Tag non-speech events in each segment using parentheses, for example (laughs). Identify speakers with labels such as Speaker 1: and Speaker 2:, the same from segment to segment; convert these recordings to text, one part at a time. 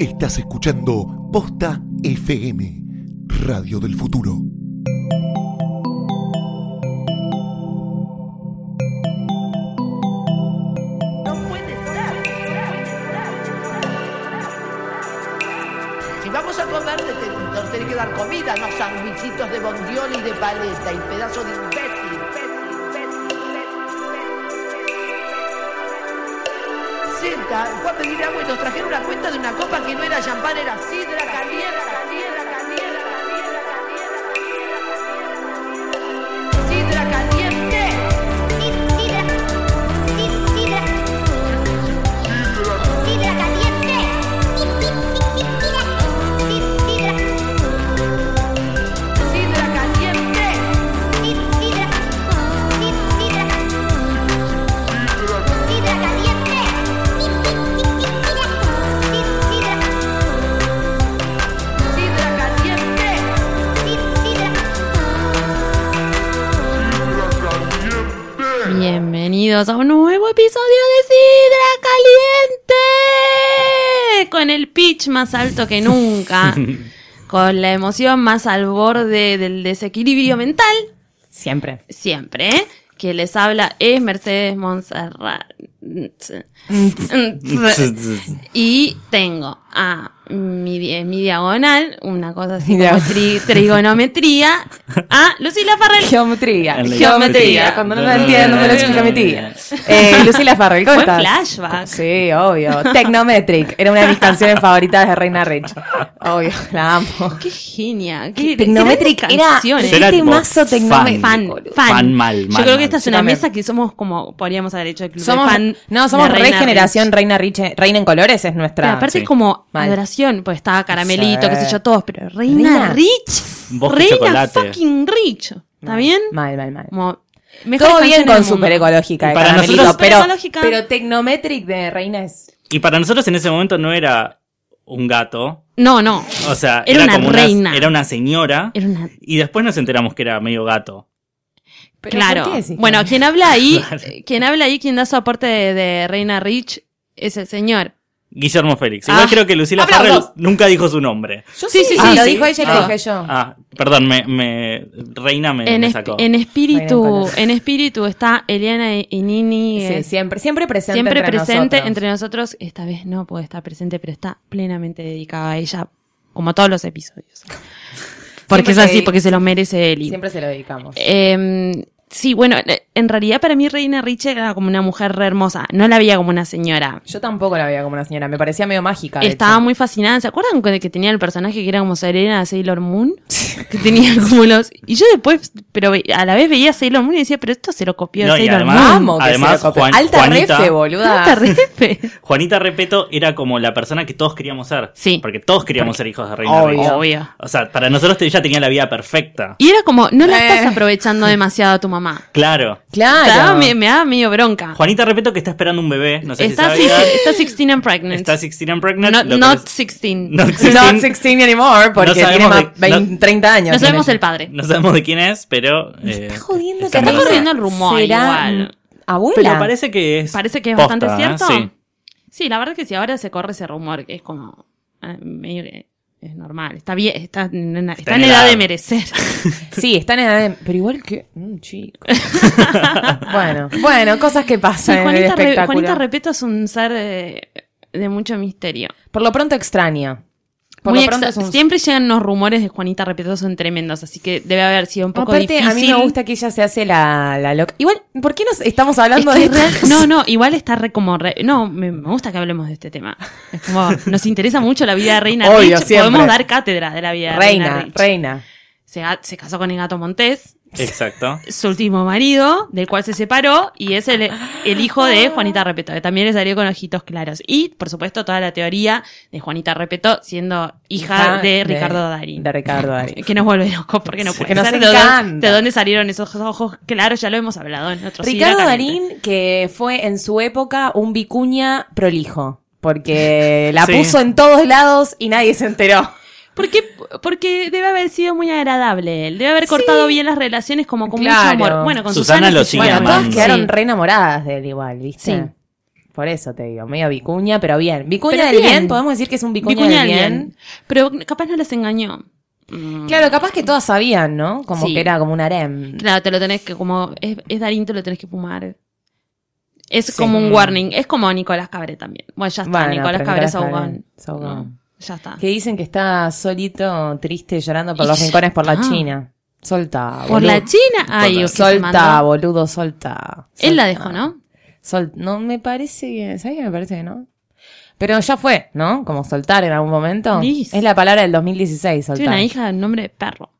Speaker 1: Estás escuchando Posta FM, Radio del Futuro.
Speaker 2: No puede ser. Si vamos a comer, te- te- nos tenés que dar comida, no sandwichitos de bondiol y de paleta y pedazo de imbécil. Senta, fue a pedir agua y nos trajeron una cuenta de una copa que no era champán, era sidra caliente. caliente, caliente, caliente, caliente, caliente. Sidra caliente. Sidra caliente. Sidra caliente.
Speaker 3: Bienvenidos a un nuevo episodio de Sidra Caliente. Con el pitch más alto que
Speaker 4: (laughs)
Speaker 3: nunca. con la emoción más al borde del desequilibrio mental.
Speaker 4: Siempre.
Speaker 3: Siempre. ¿eh? Quien les habla es Mercedes Montserrat. y tengo a mi, di- en mi diagonal, una cosa así como
Speaker 4: Diagonal.
Speaker 3: tri- trigonometría, a Lucila
Speaker 4: (laughs)
Speaker 3: Farrell.
Speaker 4: Geometría.
Speaker 5: Geometría.
Speaker 4: Geometría. Cuando no lo
Speaker 5: No, no,
Speaker 4: entiendo,
Speaker 5: no,
Speaker 4: me lo
Speaker 5: no,
Speaker 4: explica
Speaker 5: no,
Speaker 4: mi
Speaker 5: no,
Speaker 4: tía.
Speaker 5: no.
Speaker 4: Eh, Lucila Farrell, ¿cómo
Speaker 3: Buen
Speaker 4: estás?
Speaker 3: flashback.
Speaker 4: Sí, obvio. Technometric. Era una de mis canciones favoritas de Reina Rich. Obvio, la amo.
Speaker 3: Qué genia. Qué
Speaker 4: Technometric
Speaker 3: grandes
Speaker 4: era
Speaker 3: canciones.
Speaker 5: Yo era
Speaker 4: este
Speaker 5: tipo
Speaker 4: mazo
Speaker 5: fan.
Speaker 3: fan,
Speaker 4: Technometric.
Speaker 3: fan.
Speaker 5: Fan mal,
Speaker 3: Yo
Speaker 5: mal,
Speaker 3: creo
Speaker 5: mal.
Speaker 3: que esta es
Speaker 4: Yo
Speaker 3: una
Speaker 4: también.
Speaker 3: mesa que somos como, podríamos haber hecho el club
Speaker 4: Somos,
Speaker 3: de fan.
Speaker 4: no, somos
Speaker 3: de
Speaker 4: re
Speaker 3: Reina
Speaker 4: generación
Speaker 3: Rich.
Speaker 4: Reina Rich. eh, Reina en colores es nuestra.
Speaker 3: Pero aparte
Speaker 5: Sí.
Speaker 3: es como
Speaker 4: Mal.
Speaker 3: adoración, pues estaba Caramelito,
Speaker 4: Sí.
Speaker 3: qué sé yo, todos, pero Reina,
Speaker 4: Reina.
Speaker 3: Rich,
Speaker 5: Bosque
Speaker 3: Reina
Speaker 5: chocolate.
Speaker 3: fucking Rich, ¿está bien?
Speaker 4: Mal, mal, mal.
Speaker 3: Como, mejores
Speaker 4: Todo bien
Speaker 3: canciones del
Speaker 4: con
Speaker 3: mundo.
Speaker 4: super ecológica de
Speaker 5: Y para
Speaker 4: Caramelito,
Speaker 5: nosotros-
Speaker 4: pero,
Speaker 3: Superecológica.
Speaker 4: pero Technometric de Reina es
Speaker 5: Y para nosotros en ese momento no era un gato.
Speaker 3: No, no,
Speaker 5: O sea,
Speaker 3: Era una
Speaker 5: era, como
Speaker 3: reina.
Speaker 5: era una señora.
Speaker 3: era una...
Speaker 5: Y después nos enteramos que era medio gato.
Speaker 4: Pero
Speaker 3: Claro.
Speaker 4: ¿por qué decís
Speaker 3: Bueno,
Speaker 4: que-
Speaker 3: quien habla
Speaker 5: (laughs)
Speaker 3: ahí,
Speaker 5: Claro.
Speaker 3: quien habla ahí, quien da su aporte de, de Reina Rich es el señor.
Speaker 5: Guillermo Félix. Igual
Speaker 3: Ah.
Speaker 5: creo que Lucila
Speaker 4: Aplausos.
Speaker 5: Farrell nunca dijo su nombre.
Speaker 4: Yo
Speaker 3: Sí,
Speaker 4: sí,
Speaker 3: sí,
Speaker 4: sí,
Speaker 3: sí,
Speaker 4: lo
Speaker 3: sí.
Speaker 4: dijo ella y lo
Speaker 5: Ah.
Speaker 4: dije yo.
Speaker 5: Ah, perdón, me, me- Reina me,
Speaker 3: En,
Speaker 5: me
Speaker 3: esp-
Speaker 5: sacó.
Speaker 3: en espíritu,
Speaker 4: Reina
Speaker 3: en espíritu está Eliana y- y Nini.
Speaker 4: Sí,
Speaker 3: eh,
Speaker 4: siempre, siempre presente.
Speaker 3: siempre
Speaker 4: entre
Speaker 3: presente
Speaker 4: nosotros.
Speaker 3: entre nosotros. Esta vez no puede estar presente, pero está plenamente dedicada a ella, como todos los
Speaker 4: (laughs)
Speaker 3: episodios. Porque
Speaker 4: Siempre
Speaker 3: es así,
Speaker 4: se dedica-
Speaker 3: porque se lo merece Eli.
Speaker 4: Siempre se lo dedicamos.
Speaker 3: Eh, sí, bueno, eh, en realidad para mí Reina Rich era como una mujer re hermosa. No la veía como una señora.
Speaker 4: Yo tampoco la veía como una señora, me parecía medio mágica. de
Speaker 3: Estaba
Speaker 4: hecho.
Speaker 3: muy fascinada. ¿Se acuerdan que que tenía el personaje que era como Serena de Sailor Moon? Que tenía (laughs) como los. Y yo después, pero ve- a la vez veía Sailor Moon y decía, pero esto se lo copió
Speaker 5: No, y
Speaker 3: Sailor
Speaker 5: además-
Speaker 3: Moon.
Speaker 4: Amo que
Speaker 5: Además,
Speaker 4: se lo copió.
Speaker 5: Juan-
Speaker 4: Alta
Speaker 5: Juanita-
Speaker 4: refe,
Speaker 3: No
Speaker 4: boluda.
Speaker 3: te repes.
Speaker 5: Juanita Repeto era como la persona que todos queríamos ser.
Speaker 3: Sí.
Speaker 5: Porque todos queríamos ser hijos de Reina
Speaker 4: Obvio.
Speaker 5: Rich.
Speaker 3: Obvio.
Speaker 5: O sea, para nosotros ella tenía la vida perfecta.
Speaker 3: Y era como, no la estás
Speaker 4: Eh.
Speaker 3: aprovechando demasiado a tu mamá.
Speaker 5: Claro.
Speaker 3: Estaba-
Speaker 4: Claro.
Speaker 3: me, me da medio bronca.
Speaker 5: Juanita Repeto que está esperando un bebé. No sé
Speaker 3: Ah. está,
Speaker 5: si
Speaker 3: si-
Speaker 5: sabía.
Speaker 3: está 16 and pregnant.
Speaker 5: Está 16 and pregnant.
Speaker 3: not,
Speaker 5: lo
Speaker 3: not
Speaker 5: conoce-
Speaker 3: 16.
Speaker 4: Not
Speaker 5: Not 16.
Speaker 4: 16 anymore,
Speaker 5: No
Speaker 4: porque tiene
Speaker 5: sabemos
Speaker 4: más
Speaker 5: de-
Speaker 4: 20, 30 años.
Speaker 3: No sabemos
Speaker 4: tiene.
Speaker 3: el padre.
Speaker 5: No sabemos de quién es, pero. eh,
Speaker 4: Está jodiendo
Speaker 5: está
Speaker 4: que
Speaker 3: Está
Speaker 5: embarazada.
Speaker 3: corriendo el rumor
Speaker 4: ¿Será
Speaker 3: igual.
Speaker 4: Abuela.
Speaker 5: Pero parece que es.
Speaker 3: Parece que es
Speaker 5: posta,
Speaker 3: bastante
Speaker 5: ¿eh?
Speaker 3: cierto.
Speaker 5: Sí.
Speaker 3: Sí, la verdad que si ahora se corre ese rumor, que es como eh, medio que es normal. Está bien, está, en- en- está en edad de merecer.
Speaker 4: Sí, están en edad de- Pero igual que. Mm,
Speaker 3: (laughs)
Speaker 4: chico. bueno, bueno, cosas que
Speaker 3: Sí,
Speaker 4: pasan en el
Speaker 3: Juanita, Re-
Speaker 4: espectáculo.
Speaker 3: Juanita Repeto es un ser eh, de, mucho misterio.
Speaker 4: Por lo pronto extraña. Por
Speaker 3: Muy
Speaker 4: lo pronto
Speaker 3: exa-
Speaker 4: es un
Speaker 3: Siempre llegan los rumores de Juanita Repeto, son tremendos, así que debe haber sido un poco
Speaker 4: Aparte,
Speaker 3: difícil.
Speaker 4: a mí me gusta que ella se hace la, la loca. Igual, ¿por qué nos estamos hablando
Speaker 3: Es que
Speaker 4: de
Speaker 3: real-
Speaker 4: esto?
Speaker 3: no, no, igual está re como re- no, me, me gusta que hablemos de este tema. Es como, nos interesa mucho la vida de Reina
Speaker 4: Obvio,
Speaker 3: Rich,
Speaker 4: siempre.
Speaker 3: podemos dar cátedra de la vida de Reina,
Speaker 4: Reina,
Speaker 3: Rich.
Speaker 4: reina.
Speaker 3: Se, ha- se casó con el gato Montés,
Speaker 5: Exacto.
Speaker 3: su último marido, del cual se separó, y es el, el hijo de
Speaker 4: Ah.
Speaker 3: Juanita Repeto, que también le salió con ojitos claros. Y, por supuesto, toda la teoría de Juanita Repeto siendo hija de, Ricardo Darín.
Speaker 4: De Ricardo Darín.
Speaker 3: Que nos vuelve locos porque no puede
Speaker 4: Que nos
Speaker 3: ser. ¿De dónde-
Speaker 4: encanta.
Speaker 3: ¿De dónde salieron esos ojos? Claro, ya lo hemos hablado en otros
Speaker 4: Ricardo Darín, que fue en su época un vicuña prolijo. Porque
Speaker 3: (laughs)
Speaker 4: la
Speaker 5: Sí.
Speaker 4: puso en todos lados y nadie se enteró.
Speaker 3: Porque, porque debe haber sido muy agradable él. Debe haber cortado bien las relaciones como con
Speaker 4: Claro.
Speaker 3: mucho amor. Bueno, con Susana,
Speaker 5: Susana lo
Speaker 3: se
Speaker 5: sigue
Speaker 3: llevan mal.
Speaker 4: bueno, todas
Speaker 5: amando.
Speaker 4: quedaron
Speaker 3: Sí.
Speaker 4: re enamoradas de él igual,
Speaker 3: Sí.
Speaker 4: ¿viste? Por eso te digo, medio vicuña, pero bien. Vicuña
Speaker 3: Pero
Speaker 4: del bien.
Speaker 3: bien.
Speaker 4: podemos decir que es un vicuña,
Speaker 3: Vicuña
Speaker 4: del
Speaker 3: del
Speaker 4: bien.
Speaker 3: bien. Pero capaz no les engañó. Mm.
Speaker 4: Claro, capaz que todas sabían, ¿no? Como
Speaker 3: Sí.
Speaker 4: que era como un harem.
Speaker 3: Claro, te lo tenés que, como, es, es Darín, te lo tenés que fumar. Es
Speaker 4: Sí.
Speaker 3: como un warning, es como Nicolás Cabré también. Bueno, ya está,
Speaker 4: Bueno,
Speaker 3: Nicolás
Speaker 4: pero
Speaker 3: Cabré
Speaker 4: Nicolás
Speaker 3: Saugón.
Speaker 4: Cabré, Saugón.
Speaker 3: No, ya está.
Speaker 4: Que dicen que está solito, triste, llorando por
Speaker 3: Y
Speaker 4: los
Speaker 3: ya
Speaker 4: rincones por la
Speaker 3: está.
Speaker 4: China. Solta,
Speaker 3: Por
Speaker 4: boludo.
Speaker 3: la China, ay,
Speaker 5: Nicolás.
Speaker 3: que se
Speaker 4: Solta,
Speaker 3: mandó.
Speaker 4: boludo, solta.
Speaker 3: Él la
Speaker 4: Solta.
Speaker 3: dejó, ¿no?
Speaker 4: Sol- no, me parece que. ¿Sabes qué me parece que no? Pero ya fue, ¿no? Como soltar en algún momento.
Speaker 3: Liz.
Speaker 4: Es la palabra del 2016, soltar.
Speaker 3: Tiene una hija del nombre de perro.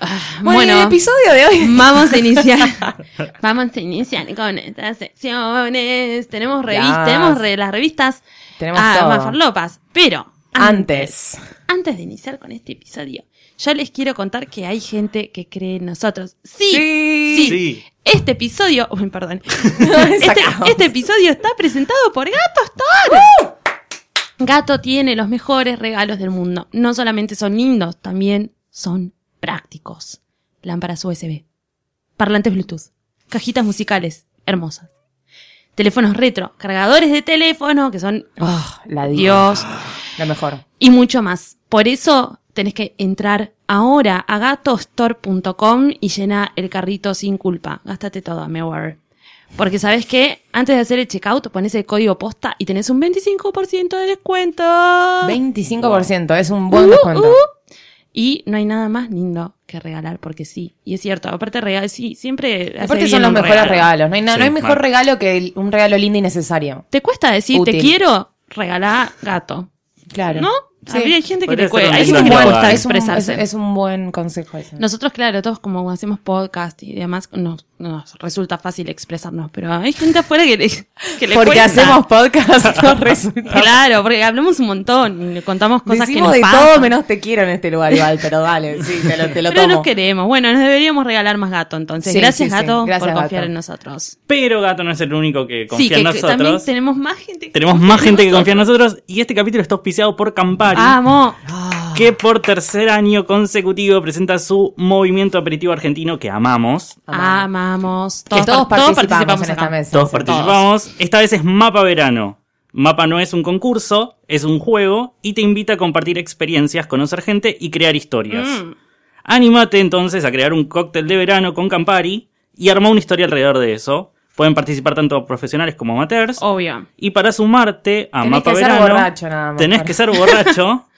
Speaker 3: Ah,
Speaker 4: Bueno, y el episodio de hoy.
Speaker 3: Vamos a iniciar.
Speaker 4: (laughs)
Speaker 3: Vamos a iniciar con estas secciones. Tenemos revistas,
Speaker 4: Las-
Speaker 3: tenemos re- las revistas
Speaker 4: (laughs) Tenemos
Speaker 3: a
Speaker 4: todo.
Speaker 3: Mafarlopas. Pero
Speaker 4: Ah, Antes.
Speaker 3: antes de iniciar con este episodio, yo les quiero contar que hay gente que cree en nosotros. Sí,
Speaker 4: Sí.
Speaker 3: sí.
Speaker 5: Sí.
Speaker 3: Este episodio, (laughs) uy, perdón.
Speaker 4: (laughs)
Speaker 3: Este,
Speaker 4: Sacamos.
Speaker 3: este episodio está presentado por Gato Store. Gato tiene los mejores regalos del mundo. No solamente son lindos, también son prácticos. Lámparas USB, parlantes Bluetooth, cajitas musicales hermosas, teléfonos retro, cargadores de teléfono que son
Speaker 4: Oh, la dios.
Speaker 3: Dios
Speaker 4: Lo mejor.
Speaker 3: y mucho más. Por eso tenés que entrar ahora a gatostore.com y llena el carrito sin culpa. Gástate todo, Amewar. Porque sabes que antes de hacer el checkout pones el código posta y tenés un 25% de descuento.
Speaker 4: Ah. 25% es un buen descuento.
Speaker 3: Y no hay nada más lindo que regalar porque sí. Y es cierto, aparte regal, sí, siempre hace
Speaker 4: Aparte
Speaker 3: bien
Speaker 4: son los
Speaker 3: un
Speaker 4: mejores
Speaker 3: regalo.
Speaker 4: regalos. No hay, na-
Speaker 5: Sí,
Speaker 4: no hay mejor
Speaker 5: mal.
Speaker 4: regalo que el- un regalo lindo y necesario.
Speaker 3: ¿Te cuesta decir te
Speaker 4: Útil.
Speaker 3: quiero? Regalá gato.
Speaker 4: Claro.
Speaker 3: ¿No?
Speaker 4: Sí.
Speaker 3: Habría- Hay gente que
Speaker 5: Podría
Speaker 3: le
Speaker 5: ser
Speaker 3: cuesta,
Speaker 5: un
Speaker 3: hay
Speaker 5: lindo
Speaker 3: gente que le
Speaker 5: eslogan.
Speaker 3: cuesta
Speaker 4: es, un, es,
Speaker 3: expresarse.
Speaker 4: es un buen consejo eso.
Speaker 3: Mm. Nosotros, claro, todos como hacemos podcast y demás, nos, nos resulta fácil expresarnos, pero hay gente afuera que le, que le
Speaker 4: Porque
Speaker 3: cuesta. (laughs)
Speaker 4: hacemos podcast, no resulta.
Speaker 3: Claro, porque hablamos un montón, y le contamos cosas
Speaker 4: Decimos
Speaker 3: que
Speaker 4: de
Speaker 3: nos pasan.
Speaker 4: todo menos te quiero en este lugar, igual, pero dale, sí, te lo, te lo
Speaker 3: pero
Speaker 4: tomo.
Speaker 3: nos queremos. Bueno, nos deberíamos regalar más gato, entonces.
Speaker 4: Sí,
Speaker 3: gracias,
Speaker 4: sí, sí.
Speaker 3: gato,
Speaker 4: Gracias,
Speaker 3: por confiar
Speaker 4: gato.
Speaker 3: en nosotros.
Speaker 5: Pero Gato no es el único que confía
Speaker 3: sí, que,
Speaker 5: en
Speaker 3: que también
Speaker 5: nosotros.
Speaker 3: tenemos más gente. que
Speaker 5: Tenemos
Speaker 3: confía
Speaker 5: más
Speaker 3: en
Speaker 5: gente que confía en
Speaker 3: nosotros.
Speaker 5: nosotros. Y este capítulo está auspiciado por Campari.
Speaker 3: Vamos.
Speaker 5: que por tercer año consecutivo presenta su movimiento aperitivo argentino que amamos.
Speaker 4: Amamos.
Speaker 3: Amamos.
Speaker 4: Ah, Que todos,
Speaker 3: par-
Speaker 4: participamos, en
Speaker 3: acá.
Speaker 4: esta mesa.
Speaker 5: Todos
Speaker 4: Sí.
Speaker 5: participamos. Esta vez es Mapa Verano. Mapa no es un concurso, es un juego y te invita a compartir experiencias, conocer gente y crear historias.
Speaker 3: Mm.
Speaker 5: Anímate entonces a crear un cóctel de verano con Campari y arma una historia alrededor de eso. Pueden participar tanto profesionales como amateurs.
Speaker 3: Obvio.
Speaker 5: Y para sumarte
Speaker 4: Oh.
Speaker 5: a
Speaker 4: Tenés
Speaker 5: Mapa
Speaker 4: que ser
Speaker 5: Verano,
Speaker 4: borracho nada más.
Speaker 5: tenés que
Speaker 4: (laughs)
Speaker 5: ser borracho.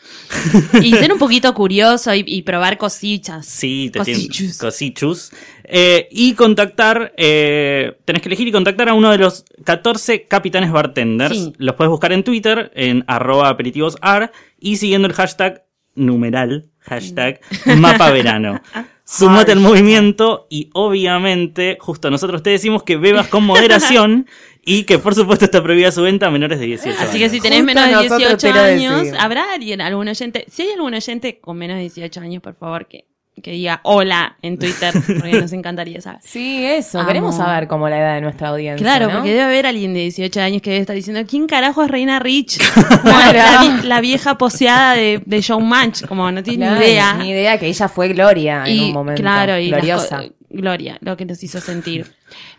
Speaker 3: Y ser un poquito curioso y, y probar cositas.
Speaker 5: Sí, te
Speaker 3: Cosichus.
Speaker 5: tienen cosichus. Eh, y contactar, eh, tenés que elegir y contactar a uno de los 14 capitanes bartenders.
Speaker 3: Sí.
Speaker 5: Los puedes buscar en Twitter, en arroba aperitivosar, y siguiendo el hashtag numeral, hashtag mapa
Speaker 3: (laughs)
Speaker 5: verano. Sumate al movimiento y obviamente, justo nosotros te decimos que bebas
Speaker 3: (laughs)
Speaker 5: con moderación y que por supuesto está prohibida su venta a menores de 18
Speaker 3: Así que si
Speaker 5: años.
Speaker 3: tenés
Speaker 4: Justo
Speaker 3: menos de
Speaker 4: nosotros
Speaker 3: 18
Speaker 4: te lo
Speaker 3: años,
Speaker 4: decimos.
Speaker 3: ¿habrá alguien, algún oyente? Si hay algún oyente con menos de 18 años, por favor, que, que diga hola en
Speaker 4: (laughs)
Speaker 3: Twitter, porque nos encantaría saber.
Speaker 4: Sí, eso.
Speaker 3: Amo.
Speaker 4: Queremos saber cómo la edad de nuestra audiencia.
Speaker 3: Claro,
Speaker 4: ¿no?
Speaker 3: porque debe haber alguien de 18 años que debe estar diciendo, ¿quién carajo es Reina
Speaker 4: (laughs)
Speaker 3: Rich? Como la- la, vi- la vieja poseada de, de John Manch, como no tiene
Speaker 4: Claro,
Speaker 3: ni idea.
Speaker 4: Ni idea que ella fue Gloria en
Speaker 3: Y,
Speaker 4: un momento.
Speaker 3: Claro, y las
Speaker 4: Gloriosa.
Speaker 3: co- Gloria, lo que nos hizo sentir.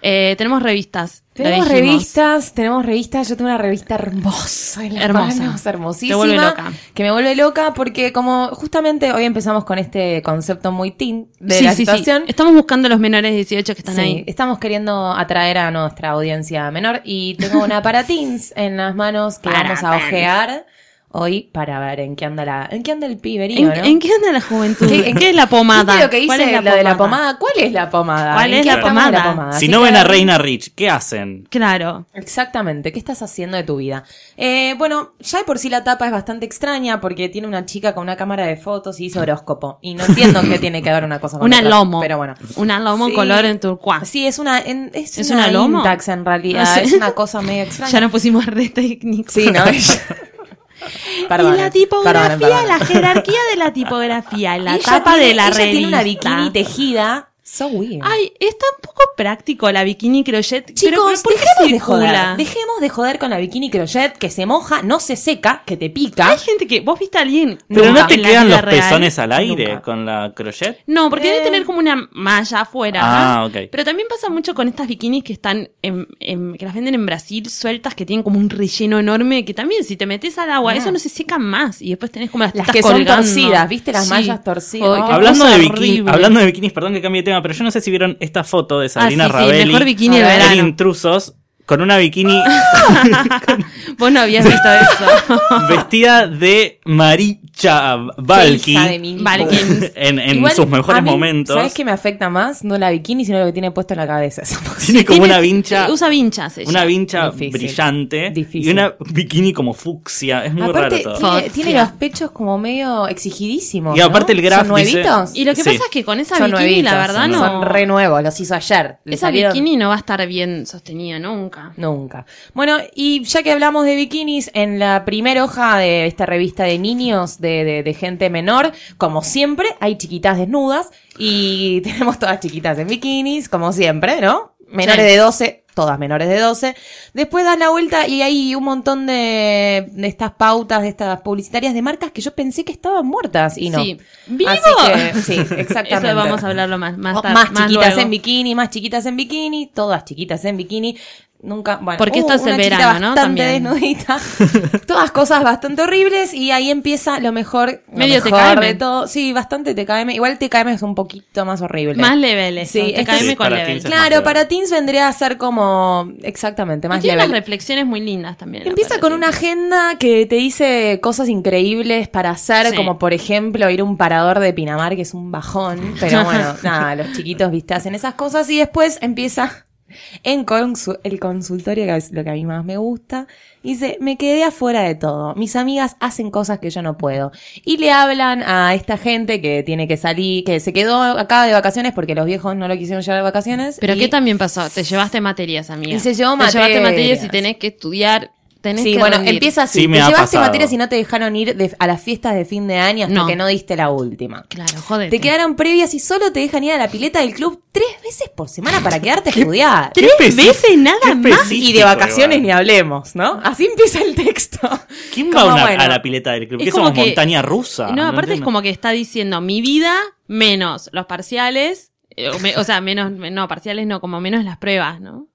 Speaker 3: Eh, tenemos revistas. lo
Speaker 4: Tenemos
Speaker 3: dijimos.
Speaker 4: revistas, tenemos revistas. Yo tengo una revista hermosa en las
Speaker 3: Hermosa.
Speaker 4: manos, hermosísima.
Speaker 3: Te vuelve loca.
Speaker 4: Que me vuelve loca porque como justamente hoy empezamos con este concepto muy teen de
Speaker 3: Sí,
Speaker 4: la
Speaker 3: sí, sí.
Speaker 4: situación.
Speaker 3: Estamos buscando los menores de 18 que están
Speaker 4: Sí,
Speaker 3: ahí.
Speaker 4: estamos queriendo atraer a nuestra audiencia menor y tengo una para teens en las manos que
Speaker 3: Para
Speaker 4: vamos a
Speaker 3: teens.
Speaker 4: ojear hoy para ver en qué anda la, en qué anda el piberío,
Speaker 3: ¿En,
Speaker 4: ¿no?
Speaker 3: en qué anda la juventud?
Speaker 4: ¿Qué-
Speaker 3: ¿Qué,
Speaker 4: en-
Speaker 3: es la pomada?
Speaker 4: ¿Viste lo que
Speaker 3: ¿Cuál
Speaker 4: dice
Speaker 3: es
Speaker 4: lo de la pomada? ¿Cuál es la pomada?
Speaker 3: ¿Cuál
Speaker 4: ¿En
Speaker 3: es
Speaker 4: qué
Speaker 3: la
Speaker 4: estamos de
Speaker 3: pomada?
Speaker 5: Si
Speaker 4: Así
Speaker 5: no
Speaker 4: que-
Speaker 5: ven a Reina Rich, ¿qué hacen?
Speaker 3: Claro.
Speaker 4: Exactamente, ¿qué estás haciendo de tu vida? Eh, bueno, ya de por sí la tapa es bastante extraña porque tiene una chica con una cámara de fotos y hizo horóscopo. Y no entiendo qué tiene que ver una cosa con
Speaker 3: Una
Speaker 4: otra,
Speaker 3: lomo.
Speaker 4: Pero bueno.
Speaker 3: Una lomo
Speaker 4: Sí.
Speaker 3: color en turquoise.
Speaker 4: Sí, es una, en- es
Speaker 3: ¿Es
Speaker 4: una, Ah,
Speaker 3: una lomo?
Speaker 4: intax en realidad,
Speaker 3: No sé.
Speaker 4: es una cosa (laughs) medio extraña.
Speaker 3: Ya no pusimos red técnico.
Speaker 4: Sí, no. (laughs) Perdón.
Speaker 3: y la tipografía, la jerarquía de la tipografía, la tapa de la
Speaker 4: (laughs) ella
Speaker 3: revista.
Speaker 4: tiene una bikini tejida So weird.
Speaker 3: Ay, es tan poco práctico la bikini crochet. pero, pero
Speaker 4: Chicos,
Speaker 3: ¿por qué
Speaker 4: dejemos de
Speaker 3: circula?
Speaker 4: joder. Dejemos de joder con la bikini crochet que se moja, no se seca, que te pica.
Speaker 3: Hay gente que. ¿Vos viste a alguien?
Speaker 5: Pero
Speaker 3: nunca
Speaker 5: no te
Speaker 3: en la
Speaker 5: quedan
Speaker 3: vida
Speaker 5: los
Speaker 3: real?
Speaker 5: pezones al aire
Speaker 4: Nunca.
Speaker 5: con la crochet.
Speaker 3: No, porque
Speaker 4: Eh.
Speaker 3: debe tener como una malla afuera.
Speaker 5: Ah,
Speaker 3: ¿no?
Speaker 5: ok.
Speaker 3: Pero también pasa mucho con estas bikinis que están en, en- que las venden en Brasil sueltas que tienen como un relleno enorme que también si te metes al agua
Speaker 4: Ah.
Speaker 3: eso no se seca más y después tenés como las,
Speaker 4: Las
Speaker 3: tetas
Speaker 4: que son
Speaker 3: colgando.
Speaker 4: torcidas, ¿viste? Las mallas torcidas. Oh,
Speaker 3: Ay, qué
Speaker 5: Hablando
Speaker 3: cosa
Speaker 5: de, bikini,
Speaker 3: horrible. Ah,
Speaker 5: hablando de bikinis, perdón que cambie de tema, pero yo no sé si vieron esta foto de Sabrina
Speaker 3: sí, sí,
Speaker 5: Ravelli.
Speaker 3: mejor bikini
Speaker 4: del
Speaker 5: en
Speaker 3: verano.
Speaker 5: intrusos con
Speaker 3: (laughs)
Speaker 5: una bikini
Speaker 3: Vos no habías
Speaker 4: (laughs)
Speaker 3: visto eso.
Speaker 5: vestida de Maricha
Speaker 4: Qué hija de
Speaker 5: Balki
Speaker 4: mil
Speaker 3: Balkin.
Speaker 4: putas.
Speaker 5: (laughs) en, en
Speaker 4: Igual,
Speaker 5: sus mejores
Speaker 4: a mí,
Speaker 5: momentos.
Speaker 4: ¿Sabes qué me afecta más? No la bikini, sino lo que tiene puesto en la cabeza. (laughs) esa cosa.
Speaker 5: Tiene como
Speaker 3: Tiene-
Speaker 5: una vincha,
Speaker 3: Usa vinchas ella.
Speaker 5: una vincha
Speaker 4: Difícil.
Speaker 5: brillante
Speaker 4: Difícil.
Speaker 5: y una bikini como fucsia. Es muy
Speaker 4: Aparte,
Speaker 5: raro todo.
Speaker 4: tiene,
Speaker 3: Fuck,
Speaker 4: tiene
Speaker 3: yeah.
Speaker 4: los pechos como medio exigidísimos.
Speaker 5: Y aparte
Speaker 4: ¿no?
Speaker 5: el graf
Speaker 4: ¿Son
Speaker 5: dice-
Speaker 4: nuevitos?
Speaker 3: Y lo que
Speaker 5: Sí.
Speaker 3: pasa es que con esa
Speaker 4: Son
Speaker 3: bikini,
Speaker 4: nuevitos,
Speaker 3: la verdad,
Speaker 5: son
Speaker 3: no.
Speaker 4: Son re nuevos, los hizo ayer. Le
Speaker 3: esa
Speaker 4: salieron-
Speaker 3: bikini no va a estar bien sostenida nunca.
Speaker 4: Nunca. Bueno, y ya que hablamos de bikinis, en la primera hoja de esta revista de niños, de, de- de gente menor, como siempre, hay chiquitas desnudas y (laughs) tenemos todas chiquitas en bikinis, como siempre, ¿no? Menores
Speaker 3: Sí.
Speaker 4: de 12, todas menores de 12. Después das la vuelta y hay un montón de, de estas pautas, de estas publicitarias de marcas que yo pensé que estaban muertas y no.
Speaker 3: Sí. ¿Vivo?
Speaker 4: Así que, sí,
Speaker 3: (laughs)
Speaker 4: exactamente.
Speaker 3: Eso vamos a hablarlo más, más
Speaker 4: O-
Speaker 3: tarde.
Speaker 4: más chiquitas
Speaker 3: luego.
Speaker 4: en bikini, más chiquitas en bikini, todas chiquitas en bikini. Nunca, bueno, uh,
Speaker 3: Porque esto es
Speaker 4: una
Speaker 3: el
Speaker 4: chiquita
Speaker 3: verano, ¿no?
Speaker 4: Bastante
Speaker 3: También.
Speaker 4: desnudita.
Speaker 3: (laughs)
Speaker 4: todas cosas bastante horribles y ahí empieza lo mejor, lo
Speaker 3: Medio
Speaker 4: mejor
Speaker 3: TKM.
Speaker 4: de todo. Sí, bastante TKM. Igual TKM es un poquito más horrible.
Speaker 3: Más leveles.
Speaker 4: Sí,
Speaker 3: Sí,
Speaker 4: este
Speaker 3: TKM
Speaker 5: es-
Speaker 3: con
Speaker 5: para
Speaker 3: leveles.
Speaker 5: teens.
Speaker 4: claro, para teens vendría a ser como exactamente
Speaker 3: Y
Speaker 4: más
Speaker 3: tiene unas
Speaker 4: level.
Speaker 3: reflexiones muy lindas también.
Speaker 4: Empieza
Speaker 3: aparte,
Speaker 4: con
Speaker 3: sí.
Speaker 4: una agenda que te dice cosas increíbles para hacer,
Speaker 3: Sí.
Speaker 4: como por ejemplo ir a un parador de Pinamar, que es un bajón.
Speaker 3: (laughs)
Speaker 4: Pero bueno, nada, los chiquitos, viste, hacen esas cosas y después empieza en consu- el consultorio, que es lo que a mí más me gusta. Dice, me quedé afuera de todo. Mis amigas hacen cosas que yo no puedo. Y le hablan a esta gente que tiene que salir, que se quedó acá de vacaciones porque los viejos no lo quisieron llevar de vacaciones.
Speaker 3: Pero
Speaker 4: y-
Speaker 3: ¿qué también pasó? Te llevaste materias, amiga.
Speaker 4: Y se llevó
Speaker 3: Te llevaste materias y
Speaker 4: materias.
Speaker 3: tenés que estudiar. Tenés
Speaker 4: Sí,
Speaker 3: que este
Speaker 4: bueno,
Speaker 3: rendir.
Speaker 4: empieza así.
Speaker 5: Sí, me
Speaker 4: te
Speaker 5: ha
Speaker 4: llevaste
Speaker 5: pasado.
Speaker 4: materias y no te dejaron ir de- a las fiestas de fin de año hasta
Speaker 3: No.
Speaker 4: que no diste la última.
Speaker 3: Claro, joder.
Speaker 4: Te quedaron previas y solo te dejan ir a la pileta del club tres veces por semana para quedarte a estudiar.
Speaker 3: tres
Speaker 5: Qué especi-
Speaker 3: veces
Speaker 5: qué
Speaker 3: nada más.
Speaker 5: específico
Speaker 4: Y de vacaciones ni
Speaker 5: igual.
Speaker 4: hablemos, ¿no? Así empieza el texto.
Speaker 5: ¿Quién
Speaker 4: Como,
Speaker 5: va a una-
Speaker 4: bueno,
Speaker 5: a la pileta del club?
Speaker 3: Es
Speaker 5: ¿Qué
Speaker 3: como
Speaker 5: somos?
Speaker 3: que-
Speaker 5: ¿Montaña rusa?
Speaker 3: No, aparte es
Speaker 5: entiendo.
Speaker 3: como que está diciendo mi vida menos los parciales. eh, o me- o sea, menos, me- no, parciales no, como menos las pruebas, ¿no?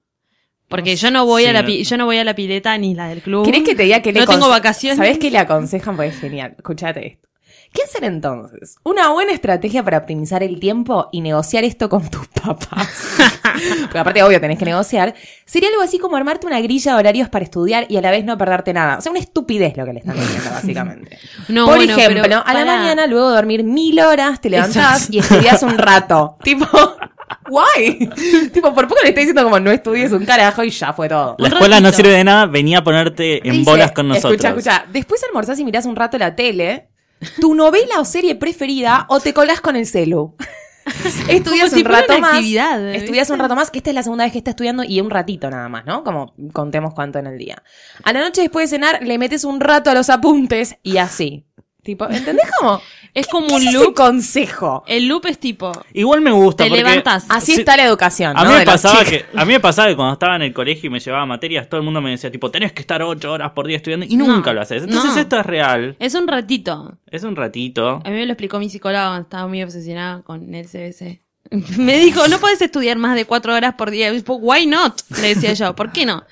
Speaker 3: Porque yo no voy
Speaker 5: Sí,
Speaker 3: a la
Speaker 5: no.
Speaker 3: pi- yo no voy a la pileta ni la del club.
Speaker 4: ¿Querés que te diga que le
Speaker 3: No tengo
Speaker 4: aconse-
Speaker 3: vacaciones.
Speaker 4: ¿Sabés qué le aconsejan? Pues es genial. Escuchate esto. ¿Qué hacer entonces? Una buena estrategia para optimizar el tiempo y negociar esto con
Speaker 3: (laughs)
Speaker 4: tus papás. Porque aparte, obvio, tenés que negociar. Sería algo así como armarte una grilla de horarios para estudiar y a la vez no perderte nada. O sea, una estupidez lo que le están
Speaker 3: (laughs)
Speaker 4: diciendo, básicamente.
Speaker 3: No,
Speaker 4: Por
Speaker 3: bueno,
Speaker 4: ejemplo,
Speaker 3: pero
Speaker 4: a la
Speaker 3: pará.
Speaker 4: mañana, luego de dormir mil horas, te levantás y estudias
Speaker 3: (laughs)
Speaker 4: un rato. tipo, (laughs) guay. tipo, por poco le estoy diciendo como no estudies un carajo y ya fue todo.
Speaker 5: La
Speaker 3: Un
Speaker 5: escuela no
Speaker 3: ratito.
Speaker 5: sirve de nada, venía a ponerte en
Speaker 4: Dice,
Speaker 5: bolas con nosotros.
Speaker 4: Escucha, escucha. Después almorzás y mirás un rato la tele, tu novela o serie preferida o te colás con
Speaker 3: (laughs)
Speaker 4: el celu. Estudias
Speaker 3: Como si
Speaker 4: un
Speaker 3: fuera
Speaker 4: rato
Speaker 3: una
Speaker 4: más.
Speaker 3: actividad, ¿eh?
Speaker 4: Estudias un rato más, que esta es la segunda vez que está estudiando y un ratito nada más, ¿no? Como contemos cuánto en el día. A la noche después de cenar le metes un rato a los apuntes y así. Tipo, ¿entendés cómo?
Speaker 3: Es
Speaker 4: ¿Qué
Speaker 3: como
Speaker 4: es
Speaker 3: (laughs) un
Speaker 4: ese
Speaker 3: loop.
Speaker 4: consejo?
Speaker 3: El loop es tipo.
Speaker 5: Igual me gusta
Speaker 3: Te
Speaker 5: porque
Speaker 3: levantás.
Speaker 4: Así
Speaker 5: Sí.
Speaker 4: está la educación.
Speaker 5: A
Speaker 4: ¿no?
Speaker 5: mí, me
Speaker 4: De los
Speaker 5: pasaba
Speaker 4: chicos.
Speaker 5: que, a mí me pasaba que cuando estaba en el colegio y me llevaba materias, todo el mundo me decía, tipo, tenés que estar ocho horas por día estudiando y
Speaker 3: No,
Speaker 5: nunca lo haces. Entonces
Speaker 3: no.
Speaker 5: esto es real,
Speaker 3: Es un ratito.
Speaker 5: es un ratito.
Speaker 3: A mí me lo explicó mi psicólogo, estaba muy obsesionada con el CBC. (laughs) Me dijo, no puedes estudiar más de cuatro horas por día. Y yo, Why not? Le decía yo, ¿por qué no?